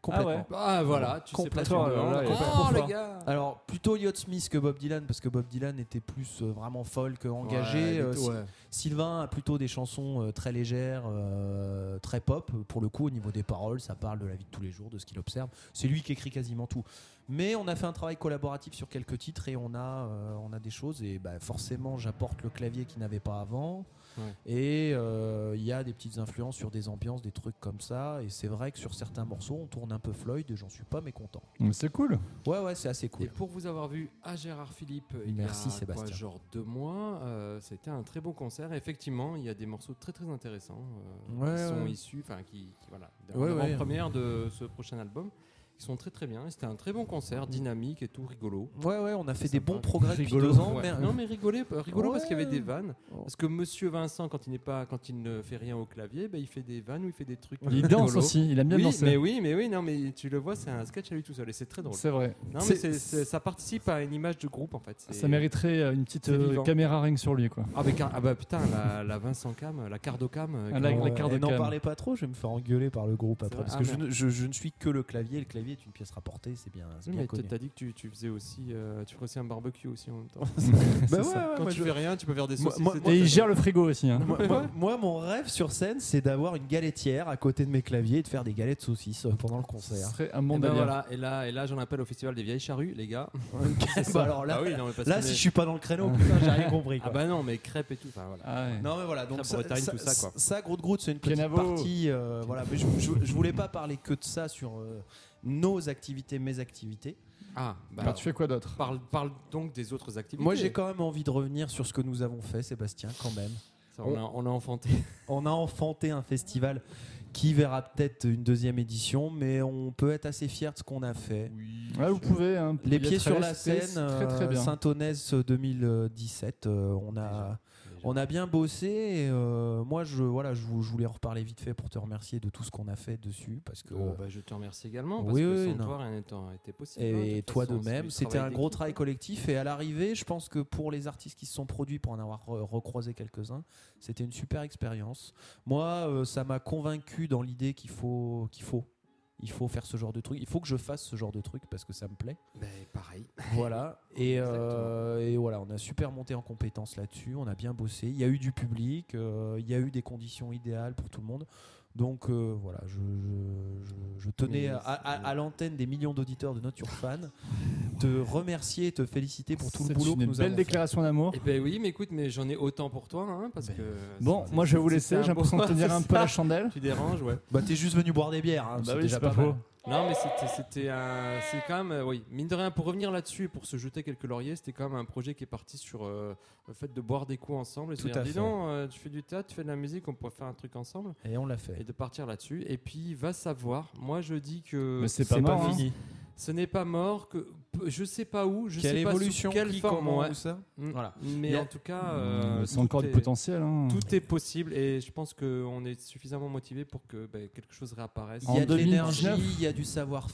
complètement. ouais. Ah voilà, tu sais pas tu Complètement, me euh, là, demandes. il y a pas de Oh les confort. gars Alors, plutôt Yacht Smith que Bob Dylan, parce que Bob Dylan était plus euh, vraiment folk, euh, engagé. Ouais, euh, les- Sy- ouais. Sylvain a plutôt des chansons euh, très légères, euh, très pop. Pour le coup, au niveau des paroles, ça parle de la vie de tous les jours, de ce qu'il observe. C'est lui qui écrit quasiment tout. Mais on a fait un travail collaboratif sur quelques titres et on a, euh, on a des choses. Et bah, forcément, j'apporte le clavier qu'il n'avait pas avant. Ouais. Et euh, il y a des petites influences sur des ambiances, des trucs comme ça. Et c'est vrai que sur certains morceaux, on tourne un peu Floyd et j'en suis pas mécontent. Mais C'est (laughs) cool. Ouais, ouais, c'est assez cool. Et pour vous avoir vu à Gérard Philippe il Merci, y a Sébastien. quoi, genre deux mois, euh, c'était un très bon concert. Et effectivement, il y a des morceaux très très intéressants euh, Ouais, qui sont ouais. issus, enfin qui, qui, voilà, Ouais, ouais. en première de ce prochain album. Ils sont très très bien. Et C'était un très bon concert, dynamique et tout rigolo. Ouais, ouais, on a fait C'est des sympa. bons progrès depuis Rigolo. deux ans. Ouais. mais- Non mais rigolé, euh, rigolo parce qu'il y avait des vannes. Oh. Parce que Monsieur Vincent, quand il n'est pas, quand il ne fait rien au clavier, ben, il fait des vannes ou il fait des trucs. Il euh, danse rigolos. aussi, il aime bien Oui, danser. mais oui, mais oui, non, mais tu le vois, c'est un sketch à lui tout seul et c'est très drôle. C'est vrai. Non, mais C'est- c'est- c'est- ça participe à une image de groupe en fait. C'est- Ça mériterait euh, une petite C'est euh, vivant. caméra ring sur lui, quoi. Ah, mais car- ah bah putain, la, la Vincent Cam, la Cardocam. euh, Ah, qui- la- Bon, la carte euh, de N'en cam. parlez pas trop, je vais me faire engueuler par le groupe après. vrai. Parce Ah, que je, merde. ne- je- je ne suis que le clavier. Le clavier est une pièce rapportée, c'est bien, c'est Oui, bien mais t'as- connu. t'as dit que tu, tu faisais aussi, euh, tu ferais aussi un barbecue aussi en même (laughs) temps. Bah ça. ouais, ouais, Quand moi, tu je- fais rien, tu peux faire des Moi- saucisses. moi- et tout. Et il gère le frigo aussi. hein. (laughs) moi- moi- moi, mon rêve sur scène, c'est d'avoir une galettière à côté de mes claviers et de faire des galettes saucisses euh, pendant le Ce concert. serait un Eh bon ben délire. voilà, et là, et là j'en appelle au festival des vieilles charrues, les gars. (laughs) C'est Bah ça. alors là, Ah oui, non, mais parce là qu'on si est- je suis pas dans le créneau, putain, j'ai rien compris. Ah Quoi. bah non, mais crêpes et tout. Enfin, voilà. Ah ouais. Non mais voilà, donc Crêpes ça, Bretagne, ça, tout ça, quoi. ça, Gros de Groot, c'est une petite Pianavo. partie. euh, voilà, mais je, je- je voulais pas parler que de ça sur euh, nos activités, mes activités. Ah, bah, Alors, tu fais quoi d'autre parle, parle donc des autres activités. Moi, j'ai quand même envie de revenir sur ce que nous avons fait, Sébastien, quand même. Ça, on, a, on a enfanté. On a enfanté un festival qui verra peut-être une deuxième édition, mais on peut être assez fier de ce qu'on a fait. Ouais, vous pouvez. hein, Les il y a pieds sur Tralès, la c'est scène, euh, Très très bien. saint 2017. euh, on a, on a bien bossé. et, euh, moi, je, voilà, je, vous- je voulais en reparler vite fait pour te remercier de tout ce qu'on a fait dessus, parce que. euh, Oh, bah, je te remercie également parce Oui, que oui, sans non. toi, rien n'était possible. hein, Et toute toi de façon, c'est même, du c'était un gros d'équipe. hein. travail collectif. Et à l'arrivée, je pense que pour les artistes qui se sont produits, pour en avoir re- recroisé quelques-uns, c'était une super expérience. Moi, euh, ça m'a convaincu dans l'idée qu'il faut, qu'il faut, il faut faire ce genre de truc. Il faut que je fasse ce genre de truc parce que ça me plaît. Ben, pareil. (laughs) Voilà. Et, euh, et voilà, on a super monté en compétence là-dessus. On a bien bossé. Il y a eu du public. euh, il y a eu des conditions idéales pour tout le monde. Donc euh, voilà, je, je- je- je tenais Mais à, à- à l'antenne des millions d'auditeurs de notre Fan te remercier et te féliciter pour tout le C'est boulot que une nous belle avons fait. déclaration d'amour. Eh ben oui, mais écoute, mais j'en ai autant pour toi, hein, parce Ben. que. Bon, c'est- moi je vais vous c'est- laisser. c'est J'ai l'impression (laughs) de bon- (laughs) tenir un c'est peu la ça. chandelle. Tu déranges, ouais. Bah t'es juste venu boire des bières, Bah hein, c'est déjà pas, mal. Non, mais c'était, c'était un, c'est quand même, euh, oui, mine de rien, pour revenir là-dessus, pour se jeter quelques lauriers, c'était quand même un projet qui est parti sur euh, le fait de boire des coups ensemble. Et Tout se dire, à dis fait. donc, euh, tu fais du théâtre, tu fais de la musique, on pourrait faire un truc ensemble. Et on l'a Et fait. de partir là-dessus. Et puis, va savoir. Moi, je dis que. Mais c'est pas mort. hein. fini. Ce n'est pas mort, que p- je sais pas où, je Quelle sais pas évolution, sous quelle qui, forme. comment, hein. hein. ouais. ou ça Mm. Voilà. Il y Mais a- en tout cas, euh, C'est tout encore du est- potentiel. hein. Tout est possible et je pense qu'on est suffisamment motivé pour que bah, quelque chose réapparaisse. Il y En a de 2019. l'énergie, il y a du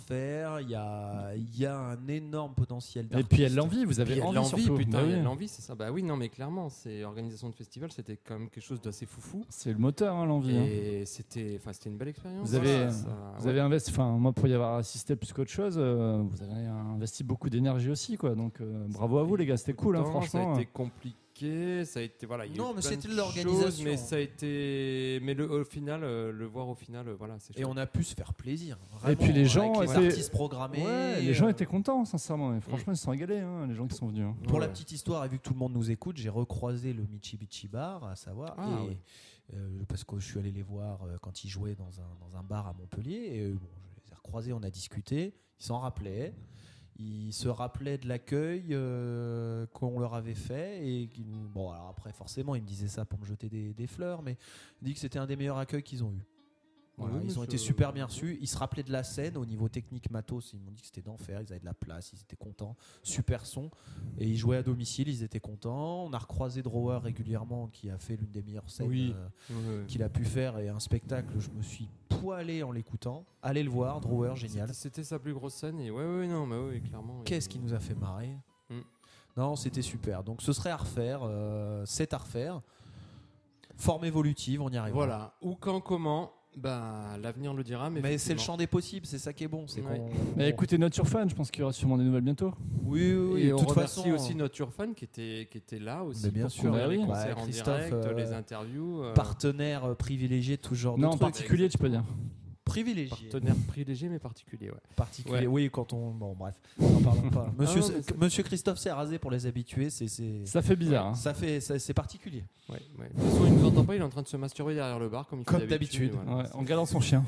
savoir-faire, il y a, il y a un énorme potentiel Et d'artiste. puis elle l'envie, vous Il avez y a de envie l'envie, surtout. putain, Bah il y a oui. de l'envie, c'est ça. Bah oui, non, mais clairement, c'est organisation de festival, c'était quand même quelque chose d'assez foufou. C'est le moteur, hein, l'envie. hein. Et c'était, enfin, c'était une belle expérience. hein, Vous avez- Ça, ça- Vous ouais. avez investi, enfin moi pour y avoir assisté plus qu'autre chose, euh, vous avez investi beaucoup d'énergie aussi quoi. Donc euh, bravo à vous les gars, c'était cool hein, Pourtant, franchement. Ça a été compliqué, ça a été voilà. il y a eu Non, mais plein c'était de de l'organisation. choses, Mais ça a été, mais le, au final, euh, le voir au final, euh, voilà, c'est. Et chouette. on a pu se faire plaisir. Et puis les gens avec étaient- artistes programmés. Ouais, les euh, gens étaient contents sincèrement. Et franchement ils se sont régalés hein, les gens qui sont venus. hein. Pour Ouais. la petite histoire, et vu que tout le monde nous écoute, j'ai recroisé le Michibichi Bar, à savoir, Ah, et, ouais. euh, parce que je suis allé les voir euh, quand ils jouaient dans un, dans un bar à Montpellier. Et, euh, bon, je les ai recroisés, on a discuté, ils s'en rappelaient. ils se rappelaient de l'accueil euh, qu'on leur avait fait et qu'ils nous- bon alors après forcément ils me disaient ça pour me jeter des, des fleurs mais ils disaient que c'était un des meilleurs accueils qu'ils ont eu. Voilà, Oui, mais euh, ils ont été c'est- super bien reçus. Ils se rappelaient de la scène au niveau technique matos. Ils m'ont dit que c'était d'enfer. Ils avaient de la place. Ils étaient contents. Super son. Et ils jouaient à domicile. Ils étaient contents. On a recroisé Drawer régulièrement qui a fait l'une des meilleures scènes Oui. euh, Ouais. qu'il a pu faire et un spectacle. Je me suis poilé en l'écoutant. Allez le voir. Drawer, génial. C'était- C'était sa plus grosse scène. Et ouais, ouais, non, mais ouais, clairement. Qu'est-ce qui il- nous a fait marrer Mm. Non, c'était super. Donc ce serait à refaire. euh, C'est à refaire. Forme évolutive, on y arrive. hein Voilà. Ou quand, comment, ben, l'avenir le dira. Mais, Mais c'est le effectivement. champ des possibles, c'est ça qui est bon. C'est Ouais. qu'on. Mais écoutez, Not Your Fan, je pense qu'il y aura sûrement des nouvelles bientôt. oui, oui, oui. Et de on toute remercie façon, euh, aussi notre Urfan qui était, qui était là aussi. Mais bien pour sûr, couvrir bah les oui. concerts Bah, en Christophe, direct, euh, les interviews. euh, partenaire euh, privilégié, tout ce genre Non, de en trucs. particulier, tu peux dire. privilégié. Partenaire privilégié mais particulier, ouais. Particulier. Ouais. Oui, quand on. Bon, (laughs) bref, n'en parlons pas. Monsieur, Ah non, mais c'est- Monsieur Christophe s'est rasé pour les habitués, c'est. c'est- Ça fait bizarre. hein. Ça fait, ça- c'est particulier. Ouais, ouais. De toute façon, il nous entend pas, il est en train de se masturber derrière le bar comme il fait Comme d'habitude. voilà. Ouais, en gardant son chien.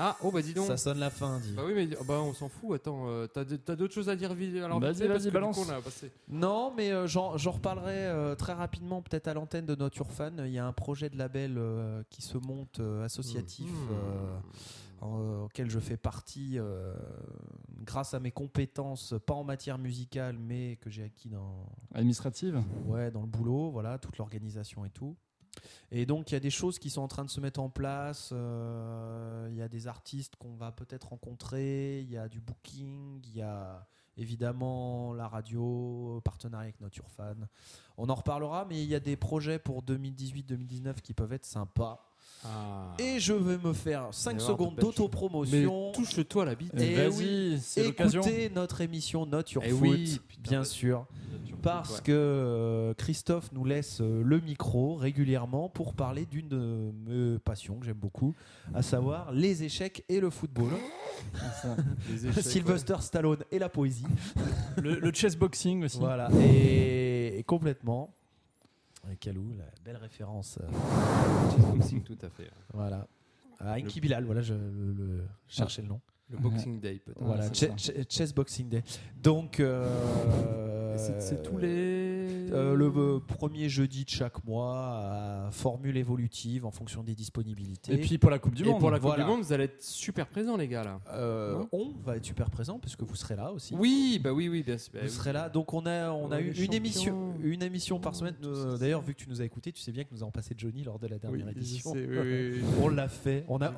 Ah, oh bah dis donc. Ça sonne la fin, dit. Bah oui, mais oh, bah, on s'en fout. Attends, euh, t'as de- t'as d'autres choses à dire vi- alors Vas-y, vite fait, parce vas-y, que du balance. coup, on a passé- Non, mais euh, j'en j'en reparlerai euh, très rapidement, peut-être à l'antenne de notre Urfan. Il y a un projet de label euh, qui se monte euh, associatif. Mmh. euh, en- auquel je fais partie euh, grâce à mes compétences, pas en matière musicale, mais que j'ai acquis dans, Administrative. ouais, dans le boulot, voilà, toute l'organisation et tout. Et donc, il y a des choses qui sont en train de se mettre en place. euh, Il y a des artistes qu'on va peut-être rencontrer. Il y a du booking. Il y a évidemment la radio, euh, partenariat avec Nature Fan. On en reparlera, mais il y a des projets pour 2018-2019 qui peuvent être sympas. Ah. Et je vais me faire Il va 5 y avoir secondes de belles choses. Mais d'autopromotion. touche-toi la bite. Eh Vas-y, c'est l'occasion. Écoutez notre émission Note Your Eh Foot, oui, putain, bien vas-y. sûr, parce que euh, Christophe nous laisse euh, le micro régulièrement pour parler d'une de mes passions que j'aime beaucoup, à savoir les échecs et le football. Les (laughs) échecs, Sylvester Stallone et la poésie. Le, le chess boxing aussi. Voilà, et, et complètement. Et Calou, la belle référence. euh, ouais. Boxing, tout à fait. hein. ouais. voilà. À Inky Bilal, voilà, je le- le- cherchais le nom. Le Boxing Day, peut-être. Voilà, c'est Che- ça. Che- Chess Boxing Day. Donc. euh, Et C'est c'est tous les. Euh, le euh, premier jeudi de chaque mois, à formule évolutive en fonction des disponibilités. Et puis pour la Coupe du Et Monde. pour la Coupe Voilà. du Monde, vous allez être super présents, les gars, là. Euh, Non on va être super présent parce que vous serez là aussi. Oui, bah oui, oui, bien sûr. bah Vous oui. serez là, donc on a, on a Ouais, eu les une émission, champions. une émission par semaine. tout Euh, ça, D'ailleurs, vu que tu nous as écouté, tu sais bien que nous avons passé Johnny lors de la Oui, dernière je édition. (laughs) sais, oui, oui, oui. On l'a fait. On a,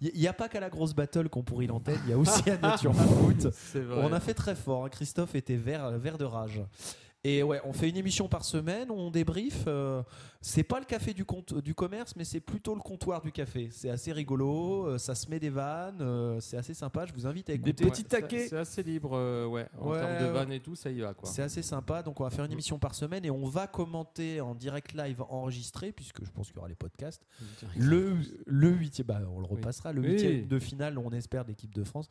il n'y a pas qu'à la grosse battle qu'on pourrit l'antenne. Il y a (laughs) aussi à Nature Foot. C'est vrai. On a fait très fort. hein. Christophe était vert, vert de rage. Et ouais, on fait une émission par semaine, on débrief. euh, c'est pas le café du, compte, du commerce, mais c'est plutôt le comptoir du café. C'est assez rigolo, euh, ça se met des vannes, euh, c'est assez sympa. Je vous invite à écouter. Ouais, c'est- C'est assez libre, euh, ouais. En Ouais, termes de ouais. vannes et tout, ça y va, quoi. C'est assez sympa. Donc, on va faire une émission par semaine et on va commenter en direct live enregistré, puisque je pense qu'il y aura les podcasts. Le, le huitième, bah, on le Oui. repassera. Le Oui. huitième de finale, on espère, d'équipe de France.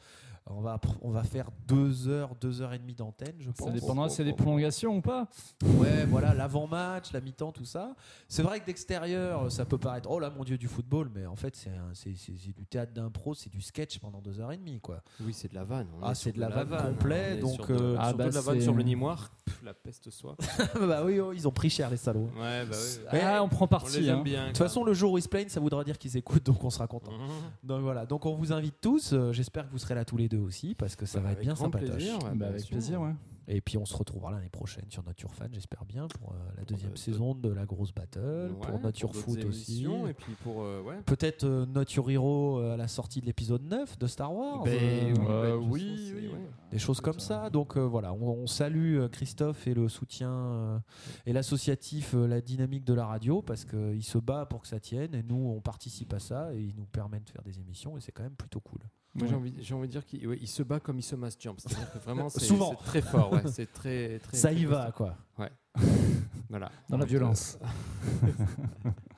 On va, pr- on va faire deux heures, deux heures et demie d'antenne, je pense. Ça dépendra s'il y a des prolongations ou pas. Ouais, voilà, l'avant-match, la mi-temps, tout ça. C'est vrai que d'extérieur, ça peut paraître, oh là, mon dieu, du football, mais en fait, c'est un- c'est c'est- c'est du théâtre d'impro, c'est du sketch pendant deux heures et demie, quoi. Oui, c'est de la vanne. on Ah, est c'est sur de la vanne complet, on est donc, sur de- euh, surtout Ah, bah, de la vanne c'est- sur le Nîmoire. Pff, la peste (laughs) soit. (laughs) bah oui, oh, ils ont pris cher, les salauds. De Ouais, bah oui. Eh, Ah, on prend On parti. les hein. aime bien. Mhm. toute façon, le jour où ils se plaignent, ça voudra dire qu'ils écoutent, donc on sera content. Donc voilà, donc on vous invite tous. euh, J'espère que vous serez là tous les deux aussi, parce que ça va être bien sympatoche. Bah, avec plaisir, ouais. Et puis on se retrouvera l'année prochaine sur Nature Fan, j'espère bien, pour euh, la deuxième saison de la grosse battle, pour Nature Foot aussi. Et puis pour. euh, ouais. Peut-être euh, Not Your Hero euh, à la sortie de l'épisode 9 de Star Wars. euh, Ben, euh, de toute oui, façon, c'est- oui. ouais. Des choses comme ça. Donc euh, voilà, on, on salue euh, Christophe et le soutien euh, et l'associatif, euh, la dynamique de la radio, parce qu'il se bat pour que ça tienne. Et nous, on participe à ça et il nous permet de faire des émissions et c'est quand même plutôt cool. Moi, j'ai envie, j'ai envie de dire qu'il ouais, il se bat comme il se masturbe. C'est-à-dire que vraiment, c'est Souvent. c'est très fort. Ouais, c'est très, très. Ça très y va, costaud. quoi. Voilà. Dans la violence.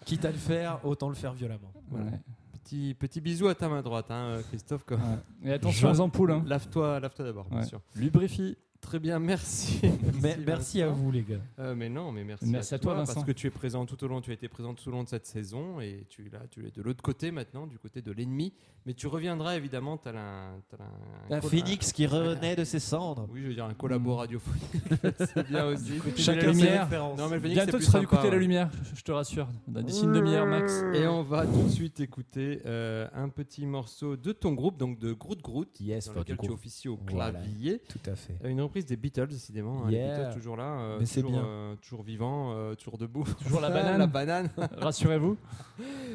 Quitte à le faire, autant le faire violemment. (laughs) Voilà. euh, Petit, petit bisou à Ah, ta main droite, hein, Christophe. quoi. Ouais. Et attention aux ampoules. hein. Lave-toi lave d'abord, bien Ouais. sûr. Lubrifie. Très bien, (laughs) merci. Mais- Merci à Vincent. vous, les gars. Euh, mais non, mais merci, Merci à toi, parce Vincent. que tu es présent tout au long, tu as été présent tout au long de cette saison et tu là, tu es de l'autre côté maintenant, du côté de l'ennemi. Mais tu reviendras évidemment, t'as un, t'as un, colla- Un phénix qui renaît de ses cendres. (laughs) Oui, je veux dire un collabo radiophonique. (laughs) c'est bien aussi. Chaque Chacun ses lumière. références. Non, mais le phénix, c'est Bientôt, plus tu seras du sympa, hein. côté de la ouais. lumière, je- je te rassure. Bah, D'ici une (laughs) demi-heure max. (laughs) Et on va tout de suite écouter euh, un petit morceau de ton groupe, donc de Groot Groot, Yes, dans for lequel the tu Groot. officies au Voilà. clavier. Tout à fait. Euh, Une reprise des Beatles, décidément. hein, Yeah. Les Beatles toujours là, euh, Mais c'est toujours, bien. euh, toujours vivant, euh, toujours debout. Toujours la banane. la banane Rassurez-vous.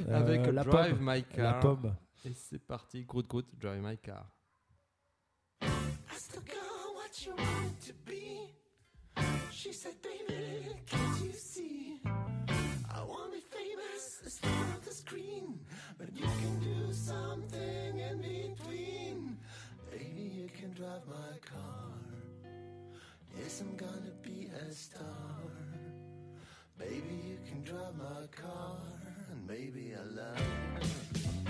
avec Euh, la Drive pomme. My La Car. pomme. Et c'est parti, Groot Groot, Drive My Car. I still got what you want to be. She said, baby, can't you see? I want to be famous, a star on the screen. But you can do something in between. Baby, you can drive my car. Yes, I'm gonna be a star. Baby, you can drive my car. And maybe I love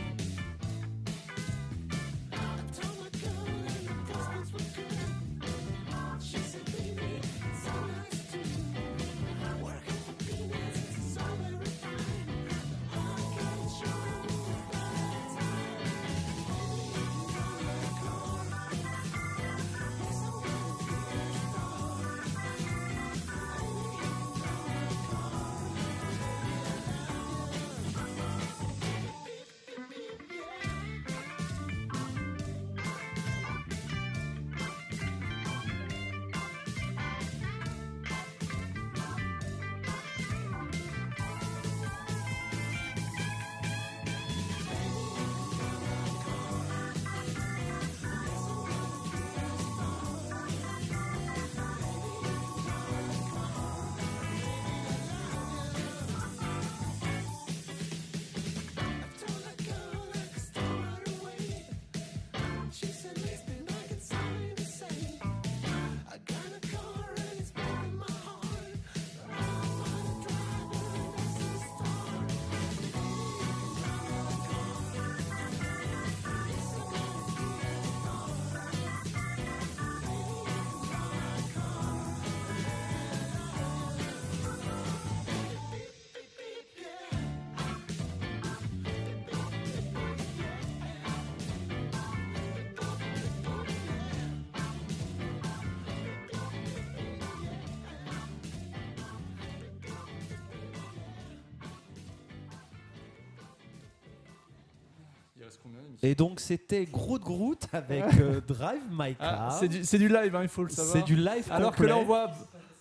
Et donc c'était Groot Groot avec euh, Drive My Car. Ah, c'est du, c'est du live, hein, il faut le savoir. C'est du live Alors que complet. là, on voit.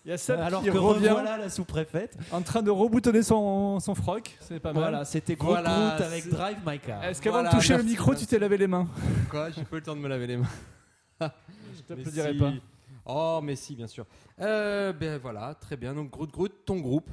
Il y a Seb alors qui que revient revoilà la sous-préfète. en train de reboutonner son, son froc. C'est pas mal. Voilà, c'était Groot Voilà, Groot avec c'est- Drive My Car. Est-ce qu'avant Voilà, de toucher le merci, micro, merci. tu t'es lavé les mains Quoi J'ai pas eu le temps de me laver les mains. Je Mais t'applaudirais si. pas. Oh, mais si, bien sûr. Euh, ben voilà, très bien. Donc Groot Groot, ton groupe.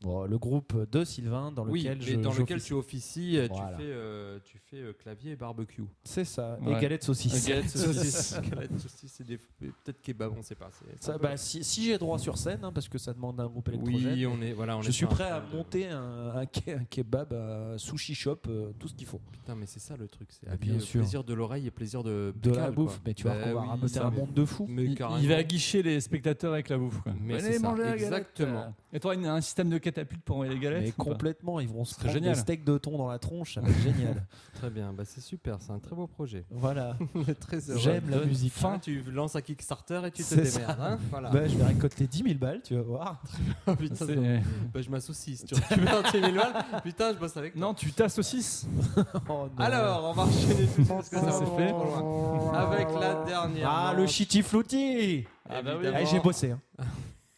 Bon, le groupe de Sylvain dans oui, lequel mais je dans lequel j'officie. tu officies, euh, Voilà. tu fais, euh, tu fais euh, clavier et barbecue. C'est ça. Ouais. Et galette saucisse. (laughs) Galette (laughs) Saucisse, galette, saucisse, c'est des- peut-être kebab, on sait pas. c'est- c'est un Ça, peu- bah, si si j'ai droit sur scène, hein, parce que ça demande un groupe électrogène. oui, on est voilà, on je est suis sur un prêt à plan de- monter un, un ke- un kebab, un sushi shop, euh, tout ce qu'il faut. Putain, mais c'est ça le truc, c'est Mais allier, Bah, bien euh, sûr. plaisir de l'oreille et plaisir de De la buccal, quoi. bouffe. Mais tu vois Bah qu'on va oui, raboter ça, un mais- monde de fous. Mais Il, carrément. il va guicher les spectateurs avec la bouffe. Quoi. Mais Allez, c'est ça, mangez la galette. exactement. Et toi, il y a un système de catapulte pour envoyer les galettes Mais ou pas complètement, ils vont se serait prendre des génial. steaks de thon dans la tronche, ça va être (laughs) génial. Très bien, bah c'est super, c'est un très beau (laughs) projet. Voilà. On est très heureux. J'aime la Donne musique. faim, tu lances un Kickstarter et tu te C'est ça. démerdes. hein, voilà. Bah, je vais récolter 10 000 balles, tu vas voir. Oh, (laughs) putain, C'est- c'est- bah, je m'associe. Si tu récupères un Timmy Loal, putain, je bosse avec toi. Non, tu t'associes. (laughs) Oh, (laughs) non. Alors, on va enchaîner tout de suite parce que ça C'est va fait. trop loin. Avec la dernière. Ah, le shitty flouti Ah bah oui. Évidemment. Eh, J'ai bossé. (laughs) hein.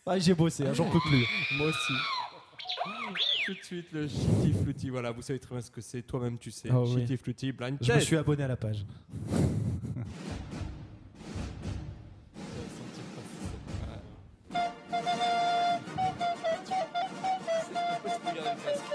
Ah, j'ai bossé, hein, j'en peux plus. Moi aussi. Tout de suite, le shitty flouty. Voilà, vous savez très bien ce que c'est. Toi-même, tu sais. Ah oui. shitty flouty, blind Je me test. suis abonné à la page. (laughs)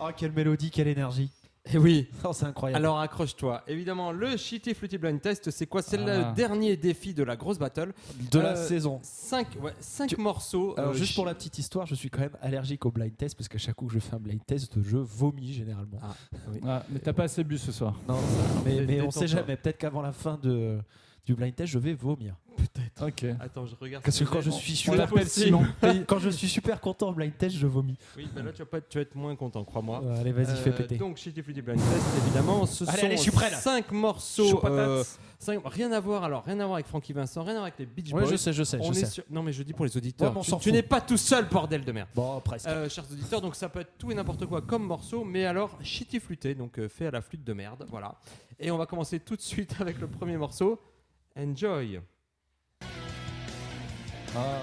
Oh, quelle Ah, mélodie, quelle énergie. Eh oui. Oh, c'est incroyable. Alors accroche-toi. Évidemment, le Shitty Flutty Blind Test, c'est quoi C'est Ah. le dernier défi de la grosse battle. de la euh, saison. 5 morceaux. Alors, euh, juste chi- pour la petite histoire, je suis quand même allergique au blind test parce que chaque coup que je fais un blind test, je vomis généralement. Ah, mais t'as pas assez bu ce soir. Non, mais, mais on Détends-toi. sait jamais. Peut-être qu'avant la fin de, du blind test, je vais vomir. Ok. Attends, je regarde. Parce que si quand je vraiment- suis On super, (laughs) l'appelle Simon. quand je suis super content en blind test, je vomis. Oui, bah là, tu vas, pas, tu vas être moins content, crois-moi. Ouais, allez, vas-y, fais Euh, péter. Donc, Shitty Flutty Blind Test, évidemment, ce Allez, sont allez, je suis prêt, là. 5 Chaud morceaux. patate. euh, cinq- rien à voir, alors, rien à voir avec Frankie Vincent, rien à voir avec les Beach Ouais, Boys. je sais, je sais, On je est sais. sur- Non, mais je dis pour les auditeurs, Ouais, mais on tu, s'en tu fout. n'es pas tout seul, bordel de merde. Bon, presque. Euh, chers auditeurs, donc ça peut être tout et n'importe quoi comme morceau, mais alors shitty flûté, donc euh, fait à la flûte de merde, voilà. Et on va commencer tout de suite avec le premier morceau, Enjoy. Ah.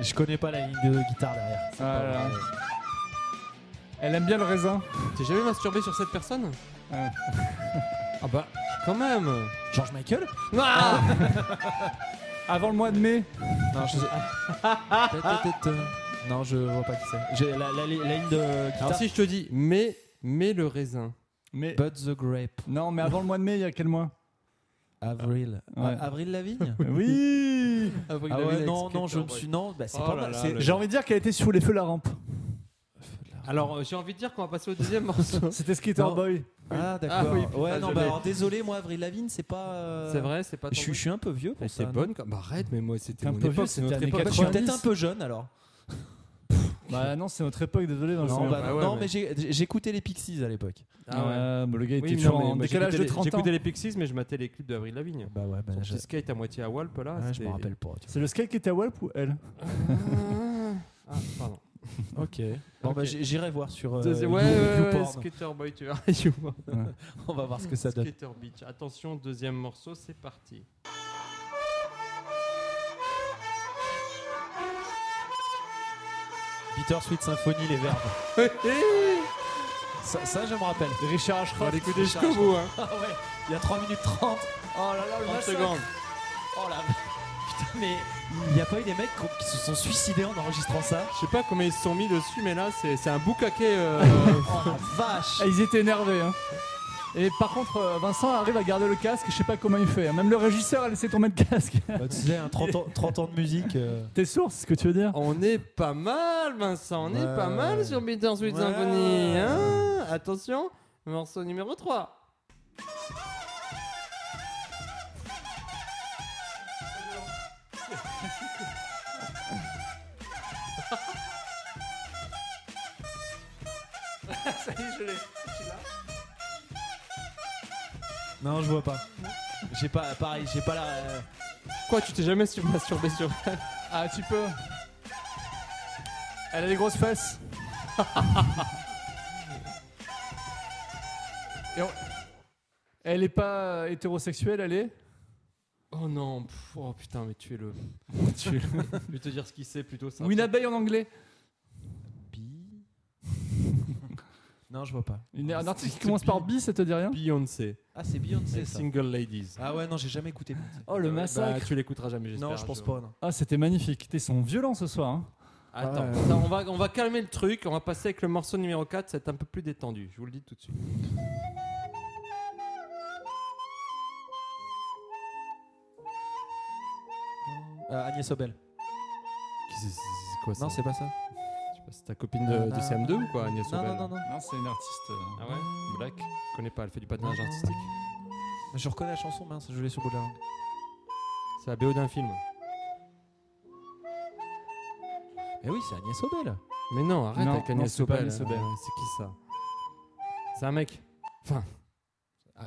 Je connais pas la ligne de guitare derrière. C'est Ah pas là vrai. Elle aime bien le raisin. T'es jamais masturbé sur cette personne Ouais. Ah bah, quand même George Michael Ah Avant le mois de mai. Non, je sais. (laughs) non, je vois pas qui c'est. J'ai La, la- la ligne de guitare. Alors Ah, si je te dis, mais, mais le raisin. Mais Bud the Grape, non, mais avant le mois de mai, il y a quel mois Avril. Ouais. Ah, (laughs) Avril Lavigne Oui. Ah ouais, non, non, je me suis. Non, bah, c'est Oh pas là mal. là, c'est- le- J'ai envie de dire qu'elle était sous les feux la rampe. Alors euh, j'ai envie de dire qu'on va passer au deuxième (laughs) morceau. C'était Skater Non. Boy. Ah, d'accord. Ah oui, putain, ouais, non, je bah, l'ai. alors désolé, moi, Avril Lavigne, c'est pas. euh, C'est vrai, c'est pas Je, suis- je suis un peu vieux pour ça. C'est non bonne comme... Bah arrête, mais moi c'était Un mon peu vieux, époque, c'est c'était notre années époque. Bah, je suis peut-être 90. un peu jeune alors. Bah non, c'est notre époque, désolé. Non, je Non, sais bah, bah ouais, non, mais- mais j'ai- j'ai- j'écoutais les Pixies à l'époque. Ah ouais. Euh, bah, le gars Oui, était mais toujours non, mais en moi, décalage de j'écoutais les- 30 ans. J'écoutais les Pixies, mais je matais les clips d'Avril Lavigne. Bah ouais, bah, Son je, petit skate à moitié à Walp là. ouais, je c'était- me rappelle pas. tu C'est le Sky qui était à Walp ou elle (laughs) Ah, pardon. vois. Ok. Bon, Ok. bah, j'ai- j'irai voir sur. euh, ouais, ouais, You- ouais, YouPorn. Skater Boy, tu (laughs) verras. YouPorn. On va voir ce que ça donne. Skater Beach. Attention, deuxième morceau, c'est parti. Peter Sweet Symphony, les verbes. ça, ça, je me rappelle. Richard On va Ashcroft. l'écouter jusqu'au bout. Hein. Ah ouais, il y a 3 minutes 30. Oh là là, le 30 massacre. secondes. Oh la Putain, mais il n'y a pas eu des mecs qui- qui se sont suicidés en enregistrant ça Je sais pas combien ils se sont mis dessus, mais là, c'est c'est un boucaquet. euh, (laughs) Oh la vache Ah, ils étaient énervés. Hein. Et par contre, euh, Vincent arrive à garder le casque, je sais pas comment il fait. hein. Même le régisseur a laissé tomber le casque. Bah, Tu sais, hein, 30, ans, 30 ans de musique. euh, (laughs) T'es sourd, c'est ce que tu veux dire on est pas mal, Vincent. On est Ouais. pas mal sur Bitter Sweet Ouais. Symphony. hein. Attention, morceau numéro 3. Non, je vois pas. J'ai pas, pareil, j'ai pas la. euh, Quoi, tu t'es jamais sur- masturbé sur Ah, tu peux. Elle a des grosses fesses. (laughs) Et on- Elle est pas euh, hétérosexuelle, elle est Oh non, pff, oh putain, mais tu es le. tu es le. Je vais te dire ce qu'il sait plutôt ça. Ou une abeille en anglais Bi. non, je vois pas. Ah, Une- Un artiste qui commence par bi, ça te dit rien Beyoncé, Ah, c'est Beyoncé les ça. single ladies. Ah ouais, (laughs) non, j'ai jamais écouté. Oh, le Bah, massacre tu l'écouteras jamais, j'espère. Non, je pense pas. Non. Ah, c'était magnifique. T'es sont violents ce soir. hein. Attends, Ouais. attends, on, va, on va calmer le truc, on va passer avec le morceau numéro 4, c'est un peu plus détendu, je vous le dis tout de suite. Euh, Agnès Obel. C'est quoi Non, c'est pas ça. C'est ta copine de, de CM2 ou quoi, Agnès Non, Obel non, non, non. Non, c'est une artiste. euh, Ah ouais Black Je connais pas, elle fait du patinage artistique. Je reconnais la chanson, mince, je l'ai sur le bout de la langue. C'est la BO d'un film. Eh oui, c'est Agnès Obel. Mais non, arrête Non, avec non, Agnès c'est pas Obel. Agnès Obel. Euh, c'est qui ça C'est un mec Ah,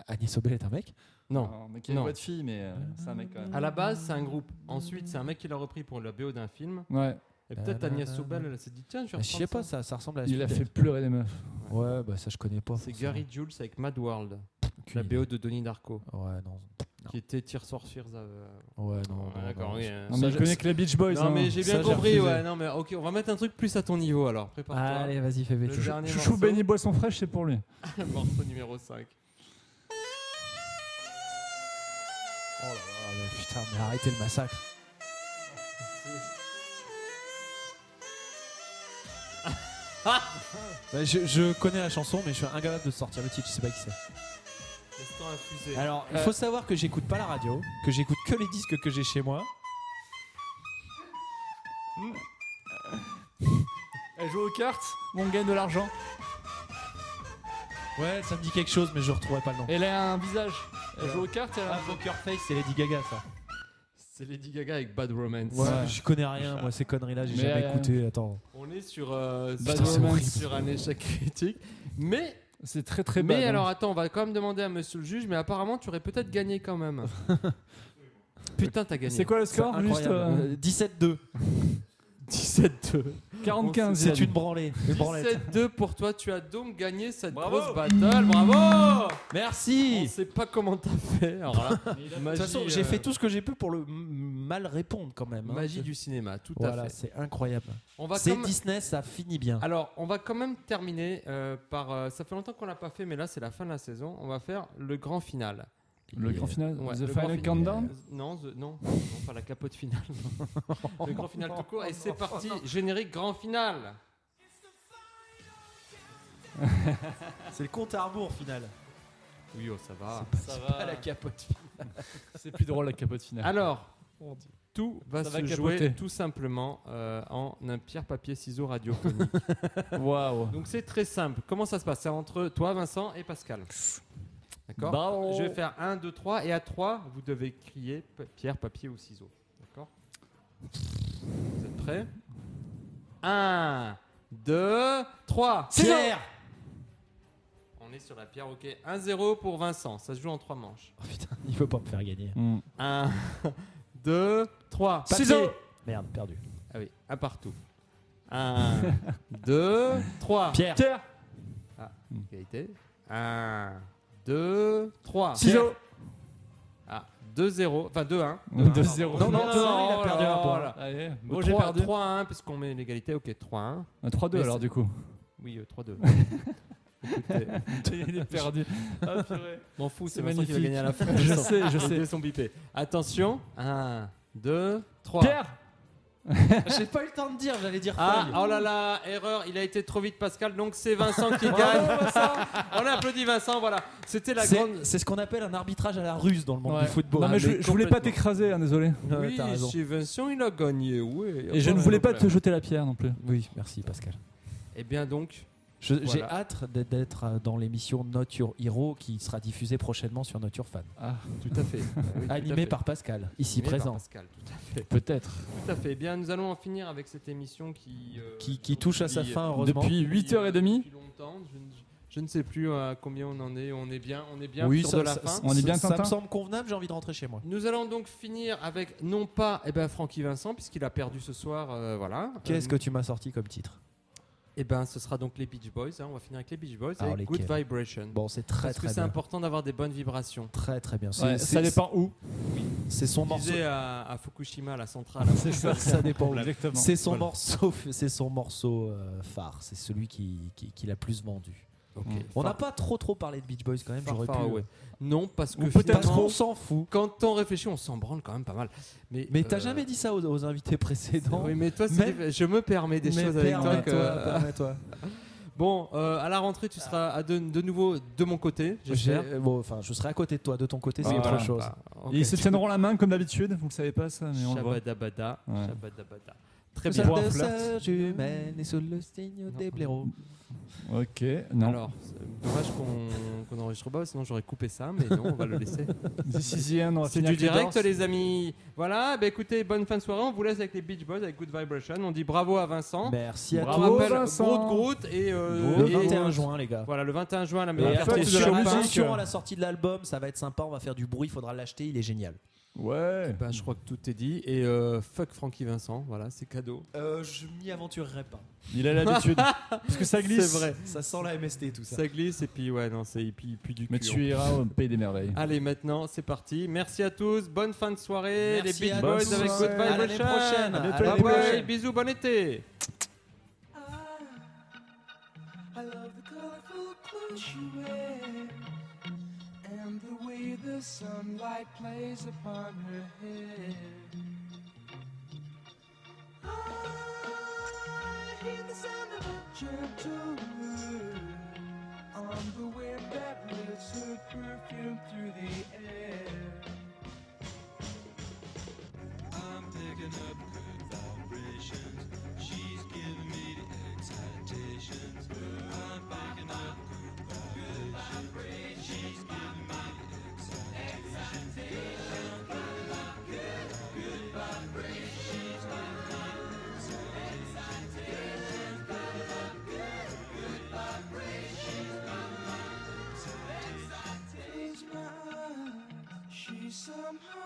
Agnès Obel est un mec Non. alors, mais qui a une Non. voix de fille, mais euh, c'est un mec quand même. À la base, c'est un groupe. Ensuite, c'est un mec qui l'a repris pour la BO d'un film. Ouais, Et peut-être Agnès Sobel, elle s'est dit tiens, je vais Bah, Je sais reprendre pas, ça, ça ressemble à la il a suite. fait pleurer les meufs. Ouais, bah ça, je connais pas. C'est Gary Jules avec Mad World, Aucune la idée. BO de Donnie Darko, Ouais, non. Non. qui était Tears for Fears. euh, Ouais, non. ouais, non, D'accord, non. oui. euh, Non, ça, mais il je- connaît que les Beach Boys. Non, hein. mais j'ai bien Ça, j'ai compris, refusé. ouais. Non, mais ok, on va mettre un truc plus à ton niveau alors. Prépare-toi. Allez, vas-y, fais le vite. dernier Chouchou morceau, Benny Boisson Fraîche, c'est pour lui. le morceau numéro 5. (laughs) Oh là là, mais putain, mais arrêtez le massacre. Bah, je, je connais la chanson, mais je suis incapable de sortir le titre, je sais pas qui c'est. Laisse-toi infuser. Alors, il faut savoir que j'écoute pas la radio, que j'écoute que les disques que j'ai chez moi. Elle joue aux cartes, on gagne de l'argent. Ouais, ça me dit quelque chose, mais je retrouverai pas le nom. Elle a un visage. Elle joue aux cartes, elle a Ah, un Poker Face, c'est Lady Gaga, ça. C'est Lady Gaga avec Bad Romance. Ouais, je connais rien, moi, ces conneries-là, j'ai Mais, jamais euh, écouté. Attends. On est sur, euh, Bad sur- Romance. sur un échec critique. Mais, Ah, C'est très très mais bad, hein. alors attends, on va quand même demander à monsieur le juge, mais apparemment tu aurais peut-être gagné quand (laughs) même. Putain, t'as gagné. (laughs) C'est quoi le score Incroyable. Juste euh, Euh, 17-2. 17-2. 45 C'est une branlée. Une branlette. 17-2 pour toi, tu as donc gagné cette Bravo. grosse battle. Bravo On Merci sait pas comment t'as fait. Alors là, De toute façon, j'ai euh, fait tout ce que j'ai pu pour le m- mal répondre quand même. hein. Magie du cinéma, tout à Voilà, fait. c'est incroyable. On va C'est quand même- Disney, ça finit bien. Alors, on va quand même terminer euh, par. euh, ça fait longtemps qu'on l'a pas fait, mais là, c'est la fin de la saison. On va faire le grand final. Le grand final, Ouais, The le grand final. Final Euh, Countdown. Non, the- non, non, pas la capote (laughs) finale. le grand final tout court. Et c'est parti, générique grand final. C'est le compte à rebours final. Oui, oh, ça va. Ça va. la capote finale. C'est plus drôle la capote finale. Alors, tout va Ça se va jouer capoter. tout simplement euh, en un pierre, papier, ciseaux, radiophonique. Waouh. Donc c'est très simple. Comment ça se passe C'est entre toi, Vincent et Pascal. D'accord Bravo. Je vais faire 1, 2, 3. Et à 3, vous devez crier p- pierre, papier ou ciseaux. D'accord Vous êtes prêts 1, 2, 3. Pierre On est sur la pierre, ok. 1-0 pour Vincent. Ça se joue en 3 manches. Oh putain, il veut pas me faire gagner. Hum. (laughs) 1, 2, 3. Papier. Ciseaux Merde, perdu. Ah oui, un partout. (laughs) 1, 2, 3. Ah, Pierre. Pierre. Égalité. 1, 2, 3. Ciseaux. Ah, 2-0. Enfin, 2-1. 2-0. Non, non, non, non, oh il a perdu un point. Allez, Oh bon, Bon, j'ai 3, perdu. 3-1, parce qu'on met l'égalité. Ok, 3-1. Un 3-2 Mais alors c'est- (laughs) du coup. Oui, euh, 3-2. (laughs) il est perdu. Ah, purée. M'en fous, c'est C'est Vincent qui va magnifique. gagner à la fin. (laughs) Je sais, (laughs) je Les sais. dés sont bipés. Attention. 1, 2, 3. Pierre. J'ai pas eu le temps de dire, j'allais dire Ah, feuille. oh là là, erreur, il a été trop vite Pascal, donc c'est Vincent qui gagne. (laughs) On applaudit Vincent, voilà. C'était la grande... C'est c'est ce qu'on appelle un arbitrage à la ruse dans le monde Ouais. du football. non mais, Ah, je, mais je voulais pas complètement. t'écraser, hein, désolé. Oh, Ouais, oui, t'as raison. chez Vincent, il a gagné, oui. Et je ne voulais pas te jeter la pierre non plus. Oui, merci Pascal. Eh bien donc, Je- J'ai Voilà. hâte d'être- d'être euh, dans l'émission Not Your Hero qui sera diffusée prochainement sur Not Your Fan. Ah. tout à (laughs) fait. Animée par Pascal, ici présent. Pascal, tout à fait. Peut-être. Tout à fait. Eh bien, nous allons en finir avec cette émission qui... euh, Qui, qui touche à sa depuis- euh, fin, heureusement. Depuis depuis- 8h30, Depuis longtemps, je ne, je ne sais plus à combien on en est. On est bien, on est bien oui, sur ça, de la ça- fin. On est bien ça, ça Tintin me semble convenable, j'ai envie de rentrer chez moi. Nous allons donc finir avec non pas eh ben, Francky Vincent puisqu'il a perdu ce soir, euh, voilà. Qu'est-ce Euh, que tu m'as sorti comme titre Eh ben, ce sera donc les Beach Boys. hein. On va finir avec les Beach Boys Alors, avec Good lesquels Vibration. Bon, c'est très Parce que très c'est bien. important d'avoir des bonnes vibrations. Très très bien. C'est- Ouais, c'est- ça dépend où. C'est son On morceau. disait euh, à, à Fukushima, à la centrale. C'est ça, (laughs) ça dépend. où. Exactement. C'est son Voilà. morceau, (laughs) c'est son morceau euh, phare. C'est celui qui, qui, qui l'a plus vendu. On n'a pas trop trop parlé de Beach Boys quand même. Far, J'aurais far pu. euh, away. Non, parce que Ou peut-être Parce finalement, qu'on s'en fout. quand on réfléchit, on s'en branle quand même pas mal. Mais, Mais t'as euh, jamais dit ça aux, aux invités précédents. Oui, mais toi, c'est Même- des- je me permets des Mais choses avec toi. que- euh, permets-toi, (laughs) permets-toi. Bon, euh, à la rentrée, tu seras à de, de nouveau de mon côté, J'ai- j'espère. euh, bon, enfin, je serai à côté de toi. De ton côté, c'est Oui, autre voilà. chose. Ah, ok. Et ils se tiendront la main comme d'habitude, vous le savez pas ça, mais on le voit. Shabadabada, Ouais. shabadabada. Très Nous bien. sommes Bois deux flirt. sœurs jumelles et sous le signe des blaireaux. Ok, non. (laughs) Alors, c'est dommage qu'on qu'on n'enregistre pas, sinon j'aurais coupé ça, mais non, on va le laisser. This is the end, on va C'est finir du avec les direct, Doors. les amis. Voilà, bah écoutez, bonne fin de soirée. On vous laisse avec les Beach Boys, avec Good Vibration. On dit bravo à Vincent. Merci à on Bah, Bravo, tous. rappelle Vincent. Groot Groot et. euh, Le et- 21 juin, les gars. Voilà, le 21 juin à la Et maison la à fête d'artistes de la Chopin. musique. attention à la sortie de l'album, ça va être sympa, on va faire du bruit, il faudra l'acheter, il est génial. Ouais. Bah, je crois que tout est dit. Et euh, fuck Francky Vincent, voilà, c'est cadeau. Euh, je m'y aventurerai pas. Il (laughs) a l'habitude. Parce que ça glisse. C'est vrai. Ça sent la MST tout Ça glisse et puis, ouais, non, c'est. Et puis, puis du Mais cul, hein. tu iras au pays des merveilles. Allez, maintenant, c'est parti. Merci à tous. Bonne fin de soirée. Merci les Beach à Boys tous. avec Good À l'année Vibration. prochaine. À Bye l'année bye. prochaine. Bisous, bon été. I love the colorful clothes she wears and the way the sunlight plays upon her hair. I hear the sound of a Gentleman on the wind that lifts her perfume through the air. I'm picking up good vibrations. She's giving me the excitations. I'm picking up good vibrations. She's giving me the excitations. I'm picking up good, good vibrations. She's giving me the excitations. Picking up good, good vibrations. Close my eyes, she's somehow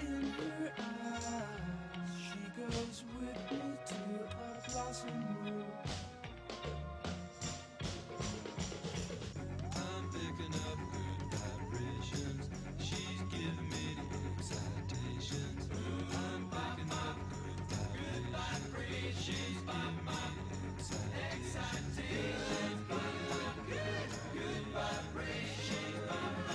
In her eyes, she goes with me to a blossom room. I'm picking up good vibrations. She's giving me the excitations. I'm picking up good vibrations. She's giving me the excitations. I'm picking up good, good vibrations. She's giving me the excitations.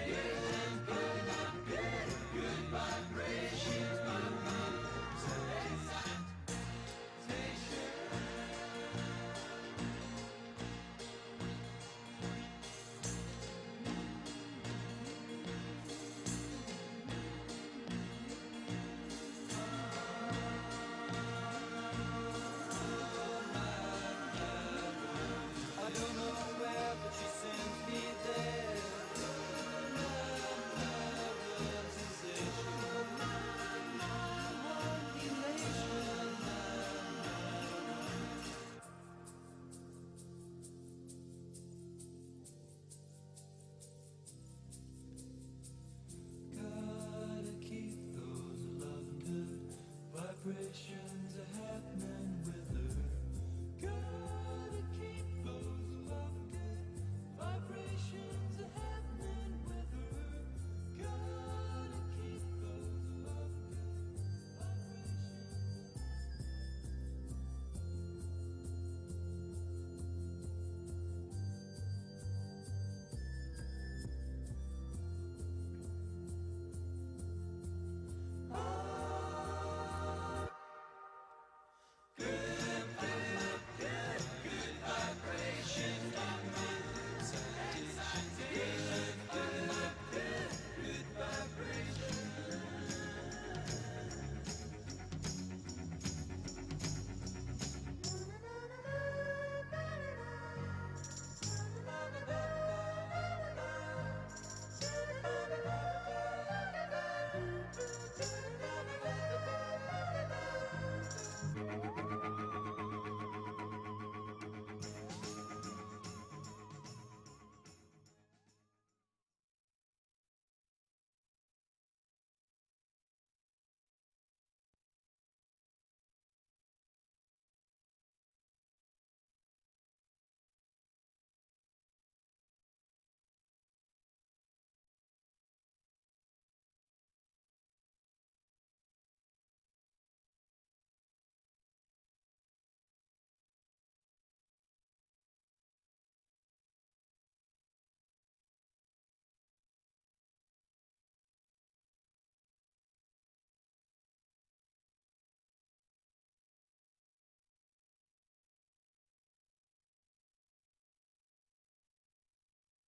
I'm picking up good, good vibrations. She's giving me the excitations. I don't know where, but she sends me there. Love, love, love, sensation. Love, love, love, elation. Love, love. Gotta keep those love good vibrations.